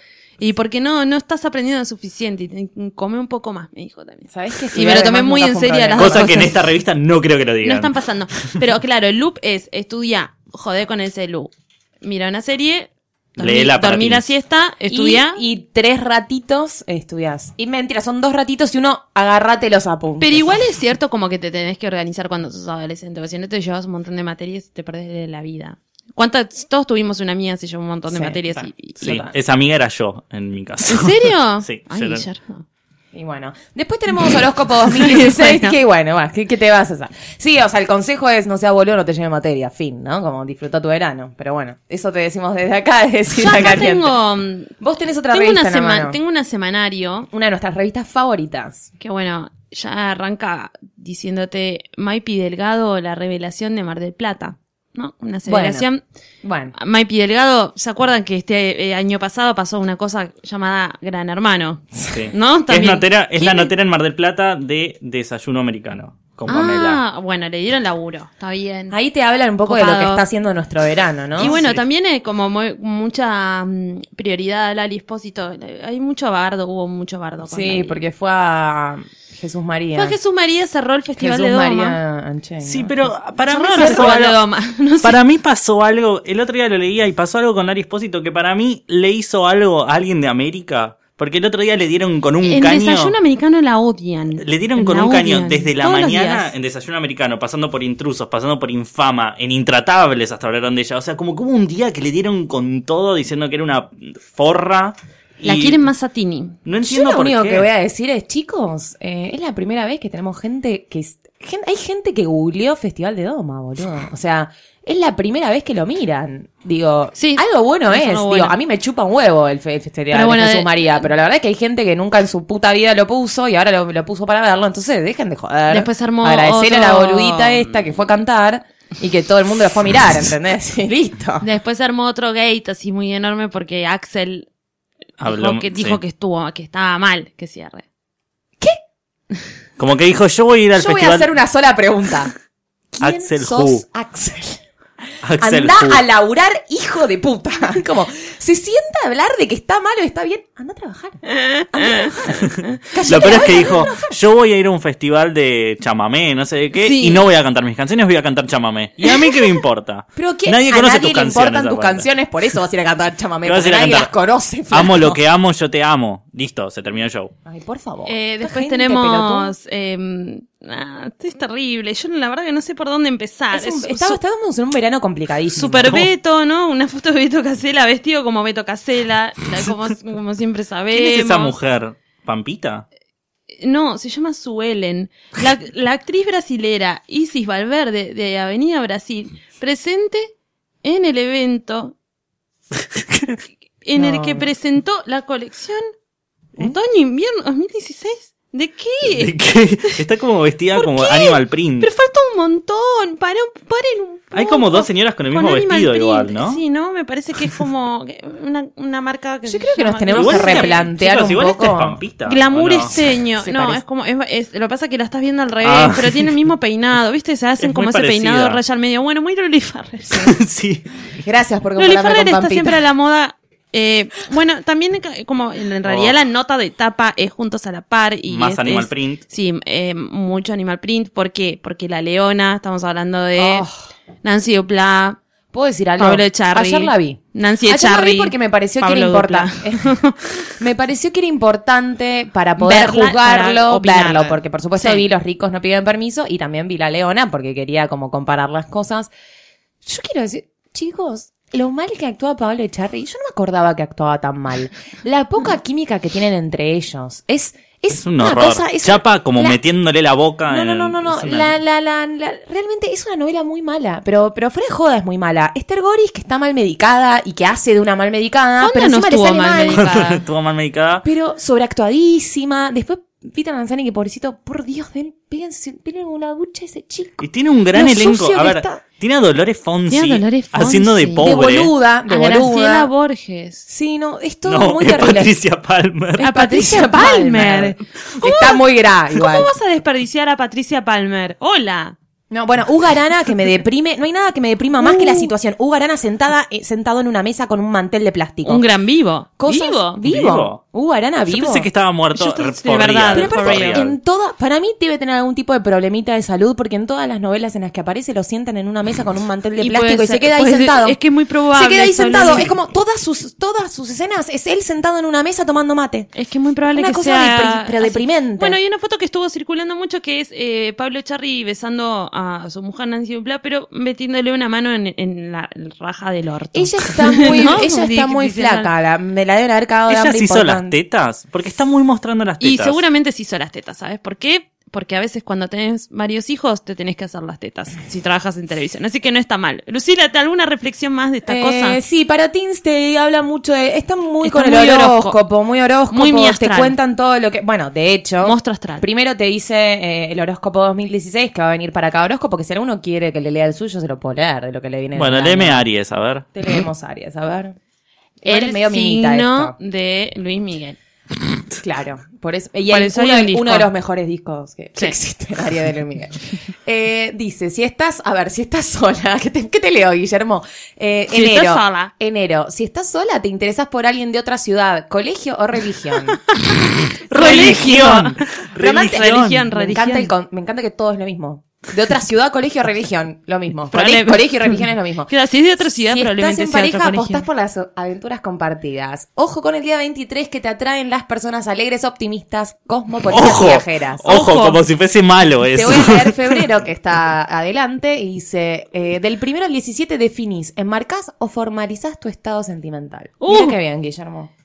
Speaker 3: Y porque no, no estás aprendiendo lo suficiente. Y te- Come un poco más, me dijo también.
Speaker 4: ¿Sabés que
Speaker 3: Y me lo tomé
Speaker 4: además
Speaker 3: muy
Speaker 4: nunca
Speaker 3: en
Speaker 4: fue un
Speaker 3: serio
Speaker 4: problema?
Speaker 3: las dos
Speaker 5: Cosa que en
Speaker 3: cosas.
Speaker 5: esta revista no creo que lo digan.
Speaker 3: No están pasando. Pero claro, el loop es estudia, jode con el celu. Mira una serie, dormí,
Speaker 5: Léela para
Speaker 3: dormí
Speaker 5: ti.
Speaker 3: la siesta, estudia.
Speaker 4: Y, y tres ratitos estudias. Y mentira, son dos ratitos y uno agarrate los apuntes.
Speaker 3: Pero igual es cierto como que te tenés que organizar cuando sos adolescente, porque si no te llevas un montón de materias y te perdés de la vida. ¿Cuántas? Todos tuvimos una amiga que se llevó un montón de
Speaker 4: Sí,
Speaker 3: materias y, y-
Speaker 5: Sí, (laughs)
Speaker 3: y-
Speaker 5: esa amiga era yo, en mi caso.
Speaker 3: ¿En serio?
Speaker 5: Sí,
Speaker 3: Ay,
Speaker 5: yo era-
Speaker 3: ayer
Speaker 5: (laughs)
Speaker 3: no.
Speaker 4: Y bueno. Después tenemos
Speaker 3: (laughs)
Speaker 4: horóscopo 2016,
Speaker 3: Bueno.
Speaker 4: que bueno, va, ¿qué, qué te vas a hacer? Sí, o sea, el consejo es no sea boludo, no te lleve materia, fin, ¿no? Como disfruta tu verano. Pero bueno, eso te decimos desde acá, (laughs) desde
Speaker 3: Yo
Speaker 4: Sila
Speaker 3: acá
Speaker 4: Caliente.
Speaker 3: tengo, mm,
Speaker 4: Vos tenés otra
Speaker 3: tengo,
Speaker 4: revista
Speaker 3: una
Speaker 4: en la
Speaker 3: sema-
Speaker 4: mano.
Speaker 3: tengo una semanario
Speaker 4: Una de nuestras revistas favoritas.
Speaker 3: que bueno, ya arranca diciédote Maipi Delgado, la revelación de Mar del Plata. No, una celebración.
Speaker 4: Bueno,
Speaker 3: Maipi Delgado, ¿se acuerdan que este eh, año pasado pasó una cosa llamada Gran Hermano?
Speaker 5: Sí.
Speaker 3: ¿No?
Speaker 5: Que Es,
Speaker 3: También.
Speaker 5: notera- es la
Speaker 3: ¿Quién?
Speaker 5: notera en Mar del Plata de Desayuno Americano, con Pamela.
Speaker 3: Ah, bueno, le dieron laburo. Está bien.
Speaker 4: ahí te hablan un poco de lo que
Speaker 3: Ah, Copado.
Speaker 4: está haciendo nuestro verano, ¿no?
Speaker 3: Y bueno,
Speaker 5: Sí.
Speaker 3: también eh, como mu- mucha mm, prioridad a Lali Espósito. Hay mucho bardo, hubo mucho bardo. con
Speaker 4: sí,
Speaker 3: Lali.
Speaker 4: porque fue a Jesús María.
Speaker 3: Fue Jesús María cerró el Festival
Speaker 4: Jesús
Speaker 3: de Doma.
Speaker 4: María Anchen,
Speaker 5: Sí,
Speaker 4: ¿no?
Speaker 5: pero para mí,
Speaker 3: Cerró el
Speaker 5: pasó
Speaker 3: Festival de
Speaker 5: algo,
Speaker 3: Doma. No sé.
Speaker 5: para mí pasó algo, el otro día lo leía y pasó algo con Ari Espósito que para mí le hizo algo a alguien de América, porque el otro día le dieron con un
Speaker 3: En
Speaker 5: caño.
Speaker 3: desayuno americano la odian.
Speaker 5: Le dieron
Speaker 3: La
Speaker 5: con un cañón
Speaker 3: odian.
Speaker 5: desde la
Speaker 3: Todos los
Speaker 5: mañana
Speaker 3: días.
Speaker 5: en desayuno americano, pasando por intrusos, pasando por infama, en intratables hasta hablaron de ella. O sea, como que hubo un día que le dieron con todo diciendo que era una forra. y
Speaker 3: La quieren más a Tini.
Speaker 5: No
Speaker 4: Yo
Speaker 5: entiendo
Speaker 4: lo
Speaker 5: por
Speaker 4: único
Speaker 5: qué.
Speaker 4: que voy a decir es, chicos, eh, es la primera vez que tenemos gente que... es- gen- hay gente que googleó Festival de Doma, boludo. O sea, es la primera vez que lo miran. Digo,
Speaker 3: Sí,
Speaker 4: algo bueno
Speaker 3: es
Speaker 4: es.
Speaker 3: algo
Speaker 4: Digo,
Speaker 3: bueno.
Speaker 4: a mí me chupa un huevo el, fe- el Festival
Speaker 3: Pero
Speaker 4: de
Speaker 3: bueno,
Speaker 4: Jesús
Speaker 3: de-
Speaker 4: María, pero la verdad es que hay gente que nunca en su puta vida lo puso y ahora lo, lo puso para verlo. Entonces, dejen de joder.
Speaker 3: Después armó
Speaker 4: Agradecer a la
Speaker 3: otro-
Speaker 4: boludita esta que fue a cantar y que todo el mundo la fue a mirar, ¿entendés? (laughs) Y listo.
Speaker 3: Después se armó otro gate así muy enorme porque Axel
Speaker 5: Habló-
Speaker 3: dijo, que, dijo
Speaker 5: sí.
Speaker 3: que estuvo, que estaba mal que cierre.
Speaker 5: Como que dijo, yo voy a ir al
Speaker 4: Yo voy a
Speaker 5: festival.
Speaker 4: hacer una sola pregunta. ¿Quién
Speaker 5: Axel
Speaker 4: sos
Speaker 5: Who.
Speaker 4: Axel?
Speaker 5: Axel
Speaker 4: Andá
Speaker 5: Fu.
Speaker 4: a laburar, hijo de puta. (laughs) Como, se sienta a hablar de que está mal o está bien, anda a trabajar.
Speaker 5: Lo peor es que dijo, yo voy a ir a un festival de chamamé, no sé de qué,
Speaker 3: Sí.
Speaker 5: y no voy a cantar mis canciones, voy a cantar chamamé. ¿Y a mí qué me importa?
Speaker 4: (laughs) Pero ¿quién?
Speaker 5: nadie
Speaker 4: a nadie
Speaker 5: conoce tus
Speaker 4: le
Speaker 5: canciones.
Speaker 4: importan tus
Speaker 5: aparte.
Speaker 4: canciones, por eso vas a ir a cantar chamamé,
Speaker 5: Te vas a
Speaker 4: porque
Speaker 5: ir a
Speaker 4: nadie
Speaker 5: cantar.
Speaker 4: las conoce. flaco.
Speaker 5: Amo lo que amo, yo te amo. Listo, se terminó el show.
Speaker 4: Ay, por favor.
Speaker 3: Eh,
Speaker 4: Esta
Speaker 3: después
Speaker 4: gente pelotuda.
Speaker 3: tenemos. Eh, ah, esto es terrible. Yo la verdad que no sé por dónde empezar.
Speaker 4: Es un-
Speaker 3: Ah, Es
Speaker 4: estaba-
Speaker 3: su-
Speaker 4: estábamos en un verano complicadísimo.
Speaker 3: Super
Speaker 4: Como-
Speaker 3: Beto, ¿no? Una foto de Beto Casela vestido como Beto Casela, la- como, como siempre sabemos.
Speaker 5: ¿Quién es esa mujer? ¿Pampita?
Speaker 3: No, se llama Suelen. La, la actriz brasilera Isis Valverde de Avenida Brasil, presente en el evento en el
Speaker 4: No.
Speaker 3: que presentó la colección Otoño-Invierno 2016. ¿De qué?
Speaker 5: ¿De qué? Está como vestida
Speaker 3: ¿Por
Speaker 5: como
Speaker 3: qué?
Speaker 5: Animal Print.
Speaker 3: Pero falta un montón. Para, paren un poco.
Speaker 5: Hay como dos señoras con el mismo
Speaker 3: Con Animal
Speaker 5: vestido
Speaker 3: Print.
Speaker 5: igual, ¿no?
Speaker 3: Sí, ¿no? Me parece que es como una, una marca que.
Speaker 4: Yo
Speaker 3: se
Speaker 4: creo que
Speaker 3: llama-
Speaker 4: nos tenemos
Speaker 5: Igual
Speaker 4: que
Speaker 5: esta-
Speaker 4: replantear
Speaker 5: chicos,
Speaker 4: un
Speaker 5: igual esta
Speaker 4: poco. eh,
Speaker 5: es Pampita.
Speaker 3: Glamour
Speaker 5: ¿o no?
Speaker 3: esteño.
Speaker 4: Se
Speaker 3: no,
Speaker 4: parece.
Speaker 3: es como. Es, es- lo que pasa es que la estás viendo al revés,
Speaker 5: Ah.
Speaker 3: pero tiene el mismo peinado, ¿viste? Se hacen
Speaker 5: Es
Speaker 3: como
Speaker 5: muy
Speaker 3: ese peinado
Speaker 5: parecida.
Speaker 3: raya al medio. Bueno, muy Loli Farrell.
Speaker 5: (laughs) sí.
Speaker 4: Gracias por
Speaker 3: Loli
Speaker 4: compararme
Speaker 3: Farrell
Speaker 4: con
Speaker 3: está
Speaker 4: Pampita.
Speaker 3: siempre a la moda. eh, bueno, también ca- como en en realidad
Speaker 5: Oh.
Speaker 3: la nota de tapa es Juntos a la Par y
Speaker 5: Más
Speaker 3: es-
Speaker 5: Animal
Speaker 3: es-
Speaker 5: Print.
Speaker 3: Sí, eh, mucho Animal Print. ¿Por qué? Porque La Leona, estamos hablando de
Speaker 4: Oh.
Speaker 3: Nancy Dupla,
Speaker 4: ¿Puedo decir algo?
Speaker 3: Pablo Echarri.
Speaker 4: Ayer la vi.
Speaker 3: Nancy
Speaker 4: Ayer la
Speaker 3: Echarri.
Speaker 4: vi porque me pareció que
Speaker 3: Pablo
Speaker 4: era
Speaker 3: Dupla.
Speaker 4: importante. (laughs) me pareció que era importante para poder
Speaker 3: Verla, para
Speaker 4: juzgarlo,
Speaker 3: opinar.
Speaker 4: verlo, porque por supuesto
Speaker 3: Sí.
Speaker 4: vi Los ricos no piden permiso y también vi La Leona porque quería como comparar las cosas. Yo quiero decir, chicos, lo mal que actúa Pablo Echarri, yo no me acordaba que actuaba tan mal. La poca química que tienen entre ellos es es,
Speaker 5: Es un
Speaker 4: una
Speaker 5: horror.
Speaker 4: Ah, cosa, es
Speaker 5: Chapa como
Speaker 4: la-
Speaker 5: metiéndole la boca
Speaker 4: no,
Speaker 5: en
Speaker 4: no, no, no, no.
Speaker 5: es una-
Speaker 4: La, la, la, la- realmente es una novela muy mala, pero, pero fuera de joda es muy mala. Esther Goris, que está mal medicada y que hace de una mal medicada,
Speaker 3: ¿Cuándo
Speaker 4: pero
Speaker 3: no
Speaker 4: encima le
Speaker 3: estuvo
Speaker 4: sale
Speaker 3: mal
Speaker 4: mal.
Speaker 3: medicada?
Speaker 5: (laughs) Estuvo mal medicada.
Speaker 4: (laughs) Pero sobreactuadísima. Después Peter Manzani, que pobrecito, por Dios, den, péguense, denle una ducha a ese chico.
Speaker 5: Y tiene un gran
Speaker 4: Lo
Speaker 5: elenco.
Speaker 4: sucio
Speaker 5: A
Speaker 4: que
Speaker 5: ver,
Speaker 4: está.
Speaker 5: tiene a Dolores Fonsi,
Speaker 3: Tiene a Dolores Fonsi.
Speaker 5: haciendo de
Speaker 3: De
Speaker 5: pobre.
Speaker 4: De boluda, de
Speaker 3: A Ah, Graciela
Speaker 4: boluda.
Speaker 3: Borges.
Speaker 4: Sí, no, es todo
Speaker 5: no,
Speaker 4: muy
Speaker 5: (laughs) es
Speaker 4: terrible.
Speaker 5: Patricia Palmer.
Speaker 4: Es
Speaker 3: A Patricia Palmer.
Speaker 4: Que Está muy grave
Speaker 3: ¿Cómo
Speaker 4: igual.
Speaker 3: vas a desperdiciar a Patricia Palmer? Hola.
Speaker 4: No, bueno, Hugo Arana que me deprime, no hay nada que me deprima más que
Speaker 3: Uh.
Speaker 4: la situación. Hugo Arana sentada, eh, sentado en una mesa con un mantel de plástico.
Speaker 3: Un gran vivo.
Speaker 4: cosas
Speaker 3: Vivo.
Speaker 5: Vivo.
Speaker 4: vivo. Uh, Arana
Speaker 5: Yo
Speaker 4: vivo.
Speaker 5: pensé que estaba muerto
Speaker 3: Yo te-
Speaker 5: por
Speaker 3: de verdad,
Speaker 5: real,
Speaker 4: pero
Speaker 5: por
Speaker 3: for
Speaker 4: aparte,
Speaker 3: real.
Speaker 5: real.
Speaker 4: en todas, para mí debe tener algún tipo de problemita de salud, porque en todas las novelas en las que aparece lo sientan en una mesa con un mantel de
Speaker 3: Y
Speaker 4: plástico
Speaker 3: puede
Speaker 4: y
Speaker 3: ser-
Speaker 4: se queda ahí
Speaker 3: puede ser-
Speaker 4: sentado.
Speaker 3: es que es muy probable,
Speaker 4: Se queda ahí
Speaker 3: Sol,
Speaker 4: sentado.
Speaker 3: sí.
Speaker 4: Es como todas sus, todas sus escenas es él sentado en una mesa tomando mate.
Speaker 3: Es que es muy probable
Speaker 4: Una
Speaker 3: que
Speaker 4: cosa
Speaker 3: sea.
Speaker 4: depri- pero
Speaker 3: así.
Speaker 4: deprimente.
Speaker 3: Bueno, hay una foto que estuvo circulando mucho que es eh, Pablo Charri besando a su mujer Nancy Dupla, pero metiéndole una mano en, en la raja del orto. (laughs)
Speaker 4: Ella está muy,
Speaker 3: ¿No?
Speaker 4: ella
Speaker 3: Di-
Speaker 4: está muy
Speaker 3: diciendo-
Speaker 4: flaca. la- me la deben haber cagado de
Speaker 5: Ella
Speaker 4: hambre
Speaker 5: se hizo las
Speaker 4: importante.
Speaker 5: tetas, porque está muy mostrando las tetas.
Speaker 3: Y seguramente se hizo las tetas, ¿sabes por qué? porque a veces cuando tenés varios hijos te tenés que hacer las tetas si trabajas en televisión. Así que no está mal. Lucila, ¿te- ¿alguna reflexión más de esta
Speaker 4: Eh,
Speaker 3: cosa?
Speaker 4: Sí, para Teens te habla mucho de. Están muy
Speaker 3: Está
Speaker 4: con
Speaker 3: muy
Speaker 4: el
Speaker 3: horóscopo.
Speaker 4: horóscopo, muy horóscopo.
Speaker 3: Muy mi
Speaker 4: te
Speaker 3: astral.
Speaker 4: cuentan todo lo que. Bueno, de hecho.
Speaker 3: Monstruo astral.
Speaker 4: Primero te dice eh, el horóscopo 2016 que va a venir para cada horóscopo, que si alguno quiere que le lea el suyo, se lo puedo leer de lo que le viene.
Speaker 5: Bueno,
Speaker 4: del
Speaker 5: léeme
Speaker 4: año.
Speaker 5: Aries, a ver.
Speaker 4: Te leemos Aries, a ver. Igual
Speaker 3: El
Speaker 4: es medio minita
Speaker 3: signo
Speaker 4: esto.
Speaker 3: de Luis Miguel.
Speaker 4: Claro. Por eso, y
Speaker 3: Por
Speaker 4: el-
Speaker 3: eso hay
Speaker 4: uno,
Speaker 3: un
Speaker 4: de-
Speaker 3: disco.
Speaker 4: uno de los mejores discos que, que
Speaker 3: Sí.
Speaker 4: existe, Aries de Luis Miguel. (laughs) Eh, dice, si estás, a ver, si estás sola, (laughs) ¿qué te, qué te leo, Guillermo? Eh,
Speaker 3: Si
Speaker 4: enero,
Speaker 3: estás sola.
Speaker 4: Enero, si estás sola, te interesas por alguien de otra ciudad, colegio
Speaker 3: (laughs)
Speaker 4: o religión.
Speaker 5: (laughs) ¡Religión!
Speaker 4: Realmente-
Speaker 3: Religión,
Speaker 4: me,
Speaker 3: religión.
Speaker 4: encanta el con- me encanta que todo es lo mismo. De otra ciudad, colegio o religión, lo mismo. Cole-
Speaker 3: (laughs) Probable-
Speaker 4: colegio y religión es lo mismo.
Speaker 3: Claro, si es (laughs) de otra ciudad,
Speaker 4: si
Speaker 3: probablemente
Speaker 4: estás
Speaker 3: sea
Speaker 4: en pareja,
Speaker 3: otro
Speaker 4: apostás
Speaker 3: colegio.
Speaker 4: por las aventuras compartidas. Ojo con el día 23 que te atraen las personas alegres, optimistas, cosmopolitas y
Speaker 5: Ojo,
Speaker 4: viajeras.
Speaker 5: ojo,
Speaker 3: Ojo.
Speaker 5: como si fuese malo
Speaker 4: Te
Speaker 5: eso.
Speaker 4: voy a leer febrero, que está adelante, y dice, eh, del primero al 17 definís, enmarcás o formalizás tu estado sentimental. Mira
Speaker 3: Uh.
Speaker 4: qué bien, Guillermo.
Speaker 5: (laughs)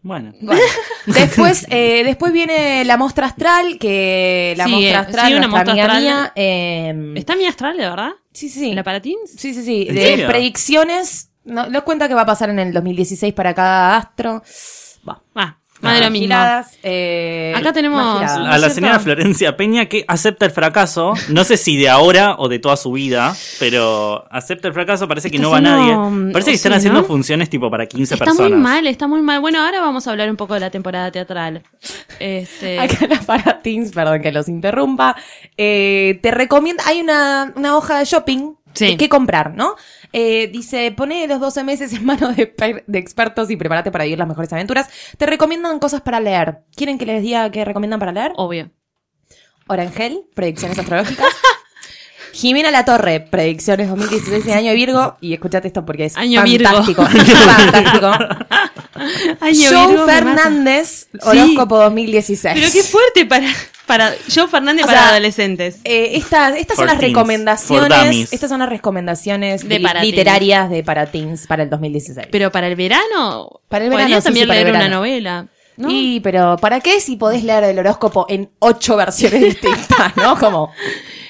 Speaker 5: Bueno,
Speaker 4: Bueno,
Speaker 3: (laughs)
Speaker 4: después, eh, después viene la mostra astral, que la
Speaker 3: Sí,
Speaker 4: mostra
Speaker 3: eh,
Speaker 4: astral,
Speaker 3: sí, una
Speaker 4: nuestra
Speaker 3: mostra
Speaker 4: amiga
Speaker 3: astral.
Speaker 4: mía, eh,
Speaker 3: ¿Está mi astral, de verdad?
Speaker 4: sí, sí, sí.
Speaker 3: ¿En la Paratins?
Speaker 4: Sí, sí, sí.
Speaker 5: ¿En
Speaker 4: De
Speaker 5: serio?
Speaker 4: predicciones. No, no cuenta que va a pasar en el 2016 para cada astro. Va.
Speaker 3: Ah, más de
Speaker 5: Ah,
Speaker 3: lo mismo.
Speaker 4: Giladas, eh,
Speaker 3: Acá tenemos-
Speaker 4: más giladas.
Speaker 5: a la
Speaker 3: cierto?
Speaker 5: señora Florencia Peña que acepta el fracaso, no sé si de ahora o de toda su vida, pero acepta el fracaso, parece que
Speaker 3: Está
Speaker 5: no va
Speaker 3: haciendo,
Speaker 5: nadie.
Speaker 3: mm,
Speaker 5: Parece
Speaker 3: o
Speaker 5: que están
Speaker 3: sí,
Speaker 5: haciendo
Speaker 3: ¿no?
Speaker 5: funciones tipo para 15
Speaker 3: Está
Speaker 5: personas.
Speaker 3: muy mal, está muy mal. Bueno, ahora vamos a hablar un poco de la temporada teatral. Este,
Speaker 4: (laughs) Acá la para teens, perdón que los interrumpa. eh, te recomienda, hay una, una hoja de shopping
Speaker 3: Sí.
Speaker 4: de qué comprar, ¿no? Eh, dice, pone los 12 meses en manos de, per- de expertos y prepárate para vivir las mejores aventuras. Te recomiendan cosas para leer. ¿Quieren que les diga qué recomiendan para leer?
Speaker 3: obvio.
Speaker 4: Orangel, predicciones astrológicas. (laughs) Jimena La Torre, predicciones 2016 en año Virgo. Y escuchate esto porque es
Speaker 3: Año Virgo. (laughs)
Speaker 4: fantástico. fantástico.
Speaker 3: Año Virgo
Speaker 4: Joe
Speaker 3: me mata.
Speaker 4: Fernández,
Speaker 3: Sí.
Speaker 4: horóscopo 2016.
Speaker 3: Pero qué fuerte para, para Joe Fernández
Speaker 4: O
Speaker 3: para
Speaker 4: sea,
Speaker 3: adolescentes.
Speaker 4: Eh, estas, estas son
Speaker 5: For
Speaker 4: las
Speaker 5: teens, for dummies.
Speaker 4: recomendaciones. Estas son las recomendaciones
Speaker 3: De
Speaker 4: li-
Speaker 3: para teens.
Speaker 4: literarias de para teens para el 2016.
Speaker 3: Pero para el verano,
Speaker 4: Para el
Speaker 3: podrías
Speaker 4: verano, sí,
Speaker 3: también
Speaker 4: sí, para el
Speaker 3: leer una
Speaker 4: verano.
Speaker 3: novela. ¿no?
Speaker 4: Y, pero, ¿para qué si podés leer el horóscopo en ocho versiones distintas, no? Como,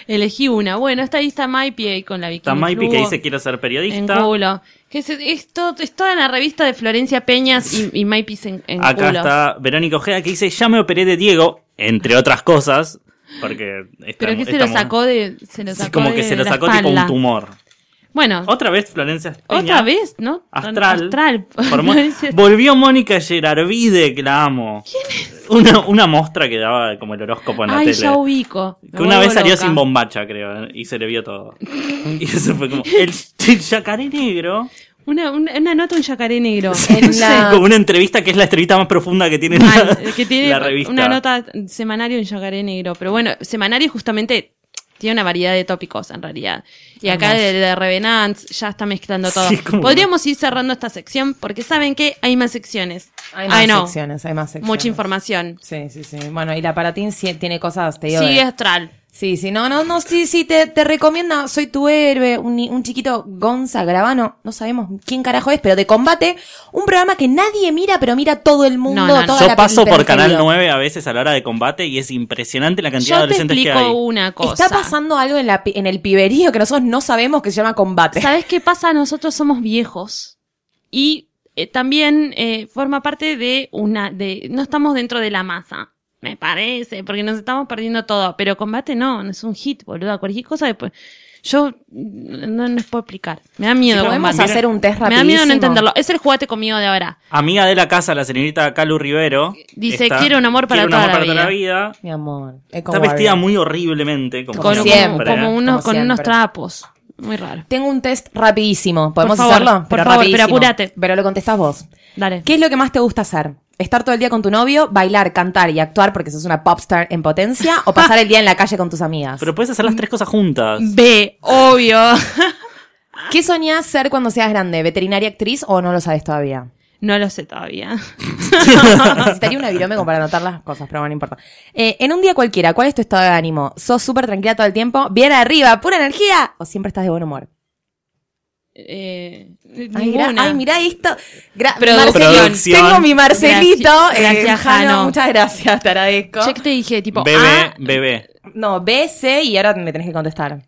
Speaker 3: Elegí una. Bueno, esta ahí está Maipi con la
Speaker 5: Está
Speaker 3: bikini
Speaker 5: Maipi que
Speaker 3: fluo
Speaker 5: dice quiero ser
Speaker 3: en
Speaker 5: periodista.
Speaker 3: culo. Que es, es todo- es toda la revista de Florencia Peñas y, y Maipi en, en
Speaker 5: Acá
Speaker 3: culo.
Speaker 5: está Verónica Ojeda que dice ya me operé de Diego, entre otras cosas, porque está-
Speaker 3: Pero que se lo
Speaker 5: estamos-
Speaker 3: sacó de. Se lo
Speaker 5: Sí,
Speaker 3: sacó
Speaker 5: como
Speaker 3: de
Speaker 5: que se lo
Speaker 3: la
Speaker 5: sacó tipo un
Speaker 3: espalda.
Speaker 5: tumor.
Speaker 3: Bueno,
Speaker 5: Otra vez Florencia Peña.
Speaker 3: otra vez, ¿no?
Speaker 5: Astral.
Speaker 3: Astral. (laughs)
Speaker 5: Por Mo-
Speaker 3: Florencia-
Speaker 5: Volvió Mónica Gerarvide, que la amo. ¿Quién es? Una, una mostra que daba como el horóscopo en la
Speaker 3: Ay,
Speaker 5: tele.
Speaker 3: ya ubico. Me
Speaker 5: Que una
Speaker 3: vuelvo
Speaker 5: vez salió
Speaker 3: loca.
Speaker 5: sin bombacha, creo, eh, y se le vio todo. (laughs) Y eso fue como. El, el
Speaker 3: (laughs)
Speaker 5: yacaré negro.
Speaker 3: Una, una, una nota, un yacaré negro.
Speaker 4: en la-
Speaker 5: Como una entrevista que es la entrevista más profunda que tiene,
Speaker 3: Mal,
Speaker 5: (laughs) la,
Speaker 3: que tiene
Speaker 5: la revista.
Speaker 3: una nota semanario en yacaré negro. Pero bueno, semanario justamente tiene una variedad de tópicos en realidad. Y acá de, de Revenants ya está mezclando todo.
Speaker 5: Sí, como-
Speaker 3: Podríamos ir cerrando esta sección porque saben que hay más secciones.
Speaker 4: hay
Speaker 3: Ay,
Speaker 4: más
Speaker 3: no.
Speaker 4: secciones, hay más secciones.
Speaker 3: Mucha información.
Speaker 4: Sí, sí, sí. Bueno, y la para teens sí- tiene cosas, te digo.
Speaker 3: Sigue
Speaker 4: de-
Speaker 3: astral.
Speaker 4: Sí, sí, no, no, no, sí, sí, te, te recomienda Soy tu héroe, un, ni- un chiquito Gonza Gravano, no sabemos quién carajo es, pero de combate, un programa que nadie mira, pero mira todo el mundo,
Speaker 3: No, no, no.
Speaker 4: toda
Speaker 5: Yo
Speaker 4: la
Speaker 5: paso por Canal
Speaker 4: hiperregión.
Speaker 5: 9 a veces a la hora de combate y es impresionante la cantidad de
Speaker 3: Yo te
Speaker 5: adolescentes que
Speaker 3: explico
Speaker 5: hay.
Speaker 3: una cosa.
Speaker 4: Está pasando algo en, la, pi- en el piberío que nosotros no sabemos que se llama (laughs) combate.
Speaker 3: ¿Sabes qué pasa? Nosotros somos viejos y eh, también eh, forma parte de una de no estamos dentro de la masa. Me parece, porque nos estamos perdiendo todo, pero combate no, no es un hit, boludo, cualquier cosa después. Yo mm, no les puedo explicar. Me da miedo
Speaker 4: Podemos
Speaker 3: combate.
Speaker 4: hacer un test
Speaker 3: Me
Speaker 4: rapidísimo.
Speaker 3: da miedo no entenderlo. Es el jugate conmigo de ahora.
Speaker 5: Amiga de la casa, la señorita Calu Rivero.
Speaker 3: Dice, "Quiero un amor para
Speaker 5: quiero
Speaker 3: toda
Speaker 5: un amor
Speaker 3: la
Speaker 5: para vida.
Speaker 4: Mi amor. Eco
Speaker 5: Está vestida
Speaker 4: Warrior.
Speaker 5: muy horriblemente, como,
Speaker 3: Con,
Speaker 4: siempre,
Speaker 3: como,
Speaker 5: ¿eh?
Speaker 3: como unos,
Speaker 4: Como
Speaker 3: con unos
Speaker 4: siempre.
Speaker 3: trapos. Muy raro.
Speaker 4: Tengo un test rapidísimo. ¿Podemos
Speaker 3: Por favor, por favor,
Speaker 4: hacerlo?
Speaker 3: pero
Speaker 4: rapidísimo.
Speaker 3: apúrate.
Speaker 4: Pero lo contestás vos.
Speaker 3: Dale.
Speaker 4: ¿Qué es lo que más te gusta hacer? ¿Estar todo el día con tu novio, bailar, cantar y actuar porque sos una popstar en potencia o pasar el día en la calle con tus amigas?
Speaker 5: Pero puedes hacer las tres cosas juntas.
Speaker 3: B, obvio. (laughs)
Speaker 4: ¿Qué soñás ser cuando seas grande? ¿Veterinaria, actriz o no lo sabes todavía?
Speaker 3: no lo sé todavía.
Speaker 4: (laughs) Necesitaría una virome como para anotar las cosas, pero bueno, no importa. Eh, en un día cualquiera, ¿cuál es tu estado de ánimo? ¿Sos súper tranquila todo el tiempo? ¿Bien arriba? ¿Pura energía? ¿O siempre estás de buen humor?
Speaker 3: Eh,
Speaker 4: Ay, gra-
Speaker 3: ninguna.
Speaker 4: ay, mirá esto. Gra-
Speaker 3: Producción.
Speaker 4: Marcelo,
Speaker 5: Producción.
Speaker 4: Tengo mi Marcelito.
Speaker 3: Gracias-
Speaker 4: eh,
Speaker 3: gracias, Jano.
Speaker 4: Muchas gracias, te agradezco.
Speaker 3: Yo que te dije, tipo,
Speaker 5: Bebé,
Speaker 3: ah, (laughs)
Speaker 5: bebé.
Speaker 4: No, B, C y ahora me tenés que contestar.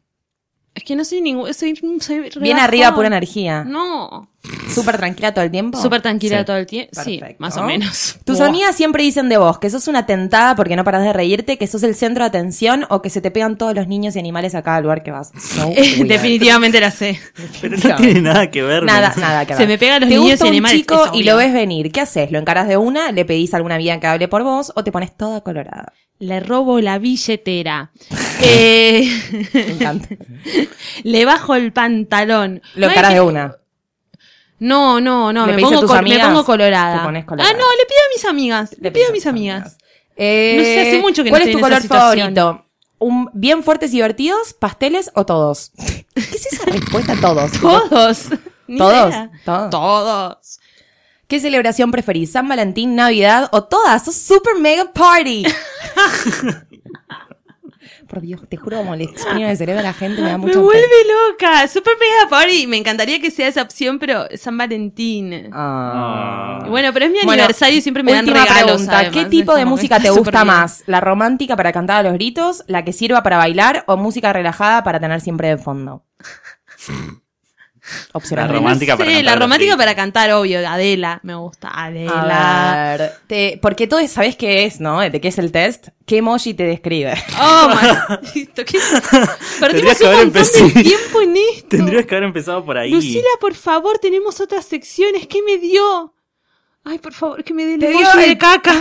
Speaker 3: Es que no soy ningún. Soy, soy re
Speaker 4: Bien
Speaker 3: bajón.
Speaker 4: arriba, pura energía.
Speaker 3: No.
Speaker 4: Súper tranquila todo el tiempo.
Speaker 3: Súper tranquila
Speaker 5: Sí.
Speaker 3: todo el tiempo. Sí,
Speaker 4: Perfecto.
Speaker 3: más o menos.
Speaker 4: Tus
Speaker 3: Buah.
Speaker 4: amigas siempre dicen de vos que sos una tentada porque no paras de reírte, que sos el centro de atención o que se te pegan todos los niños y animales a cada lugar
Speaker 3: (laughs)
Speaker 4: que vas. So
Speaker 3: Eh,
Speaker 4: weird.
Speaker 3: Definitivamente la sé.
Speaker 5: Pero no tiene nada que ver.
Speaker 4: Nada,
Speaker 5: ¿no?
Speaker 4: nada que
Speaker 3: Se
Speaker 4: ver.
Speaker 3: me pegan los
Speaker 4: Te
Speaker 3: niños
Speaker 4: gusta
Speaker 3: y
Speaker 4: un
Speaker 3: animales,
Speaker 4: chico
Speaker 3: es
Speaker 4: y lo
Speaker 3: obvio.
Speaker 4: ves venir. ¿Qué haces? ¿Lo encaras de una? ¿Le pedís a alguna amiga que hable por vos o te pones toda colorada?
Speaker 3: Le robo la billetera. (laughs) Eh, (laughs)
Speaker 4: Me encanta.
Speaker 3: le bajo el pantalón. No
Speaker 4: Lo
Speaker 3: hay
Speaker 4: encaras
Speaker 3: que-
Speaker 4: de una.
Speaker 3: No, no, no.
Speaker 4: ¿Le
Speaker 3: Me
Speaker 4: pedís a
Speaker 3: pongo,
Speaker 4: tus
Speaker 3: col- me
Speaker 4: amigas?
Speaker 3: pongo colorada.
Speaker 4: Te pones colorada.
Speaker 3: Ah, no, le pido a mis amigas. Le, pido a mis amigas.
Speaker 4: Eh,
Speaker 3: No sé, hace mucho que no
Speaker 4: ¿Cuál es
Speaker 3: estoy
Speaker 4: tu
Speaker 3: en
Speaker 4: color
Speaker 3: esa situación.
Speaker 4: favorito? Un, ¿Bien fuertes y divertidos, pasteles o todos? ¿Qué es esa respuesta todos?
Speaker 3: (laughs) Todos. Ni
Speaker 4: ¿Todos?
Speaker 3: idea.
Speaker 4: Todos.
Speaker 3: Todos.
Speaker 4: ¿Qué celebración preferís? ¿San Valentín, Navidad o todas? ¡Sos super
Speaker 3: (laughs)
Speaker 4: mega party! Por Dios, te juro como le exprime el cerebro a la gente, me da
Speaker 3: Me
Speaker 4: mucho pe-
Speaker 3: vuelve loca. Super mega party. Me encantaría que sea esa opción, pero San Valentín.
Speaker 4: Ah.
Speaker 5: Ah.
Speaker 3: Bueno, pero es mi
Speaker 4: Bueno,
Speaker 3: aniversario y siempre me dan
Speaker 4: última
Speaker 3: regalos.
Speaker 4: pregunta,
Speaker 3: además.
Speaker 4: ¿Qué tipo de
Speaker 3: Como (laughs)
Speaker 4: música
Speaker 3: que
Speaker 4: te
Speaker 3: está
Speaker 4: gusta
Speaker 3: súper bien.
Speaker 4: más? ¿La romántica para cantar a los gritos? ¿La que sirva para bailar? ¿O música relajada para tener siempre
Speaker 3: (laughs)
Speaker 4: de fondo? Opción
Speaker 5: La
Speaker 4: A.
Speaker 5: romántica
Speaker 3: No
Speaker 5: para
Speaker 3: sé,
Speaker 5: cantar,
Speaker 3: La romántica
Speaker 5: sí.
Speaker 3: para cantar, obvio. Adela, me gusta. Adela.
Speaker 4: A ver, te- porque todo es- sabés qué es, ¿no? ¿De qué es el test? ¿Qué emoji te describe?
Speaker 3: Oh,
Speaker 5: (laughs)
Speaker 3: my. Listo, ¿qué? Perdimos
Speaker 5: Tendrías que
Speaker 3: un
Speaker 5: haber
Speaker 3: montón de
Speaker 5: empezado-
Speaker 3: tiempo
Speaker 5: (laughs)
Speaker 3: en esto.
Speaker 5: Tendrías que haber empezado por ahí.
Speaker 3: Lucila, por favor, tenemos otras secciones. ¿Qué me dio? Ay, por favor, que me dé el
Speaker 4: Te
Speaker 3: emoji
Speaker 4: dio
Speaker 3: de
Speaker 4: el- (laughs)
Speaker 3: caca.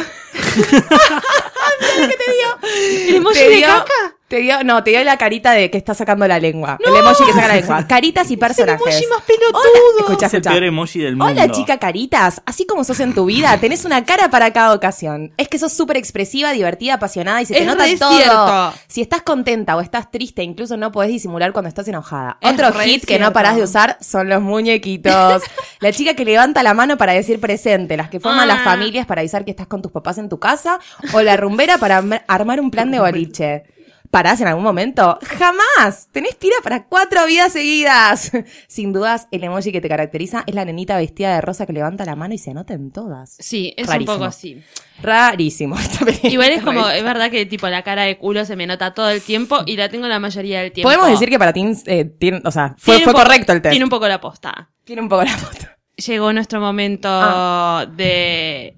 Speaker 3: ¿El emoji
Speaker 4: ¿Te
Speaker 3: de
Speaker 4: dio-
Speaker 3: caca?
Speaker 4: Te dio, no, te dio la carita de que está sacando la lengua. El emoji que saca
Speaker 3: (laughs)
Speaker 4: la lengua. Caritas y
Speaker 3: Es el
Speaker 4: personajes.
Speaker 3: emoji más
Speaker 4: Hola,
Speaker 3: pelotudo.
Speaker 4: escucha,
Speaker 5: es el
Speaker 4: escucha.
Speaker 5: peor emoji del mundo.
Speaker 4: Hola chica caritas, así como sos en tu vida, tenés una cara para cada ocasión. Es que sos súper expresiva, divertida, apasionada y se te
Speaker 3: Es
Speaker 4: nota
Speaker 3: re
Speaker 4: todo.
Speaker 3: cierto.
Speaker 4: Si estás contenta o estás triste, incluso no podés disimular cuando estás enojada.
Speaker 3: Es
Speaker 4: Otro
Speaker 3: re
Speaker 4: hit que no
Speaker 3: cierto.
Speaker 4: parás de usar son
Speaker 3: (laughs)
Speaker 4: los muñequitos. la chica que levanta la mano para decir presente, las que forman
Speaker 3: Ah.
Speaker 4: las familias para avisar que estás con tus papás en tu casa, o la rumbera para am- armar un plan de boliche. ¿Parás en algún momento? ¡Jamás! Tenés pira para cuatro vidas seguidas. Sin dudas, el emoji que te caracteriza es la nenita vestida de rosa que levanta la mano y se anota en todas.
Speaker 3: Sí, es
Speaker 4: Rarísimo.
Speaker 3: un poco así.
Speaker 4: Rarísimo. esta (laughs) película.
Speaker 3: Igual es como, es
Speaker 4: Rarísimo.
Speaker 3: verdad que tipo la cara de culo se me nota todo el tiempo y la tengo la mayoría del tiempo.
Speaker 4: Podemos decir que para ti, eh, tiene- o sea, fue,
Speaker 3: Tiene
Speaker 4: fue
Speaker 3: un poco-
Speaker 4: correcto el test.
Speaker 3: Tiene un poco la posta.
Speaker 4: Tiene un poco la foto.
Speaker 3: Llegó nuestro momento
Speaker 4: Ah.
Speaker 3: de...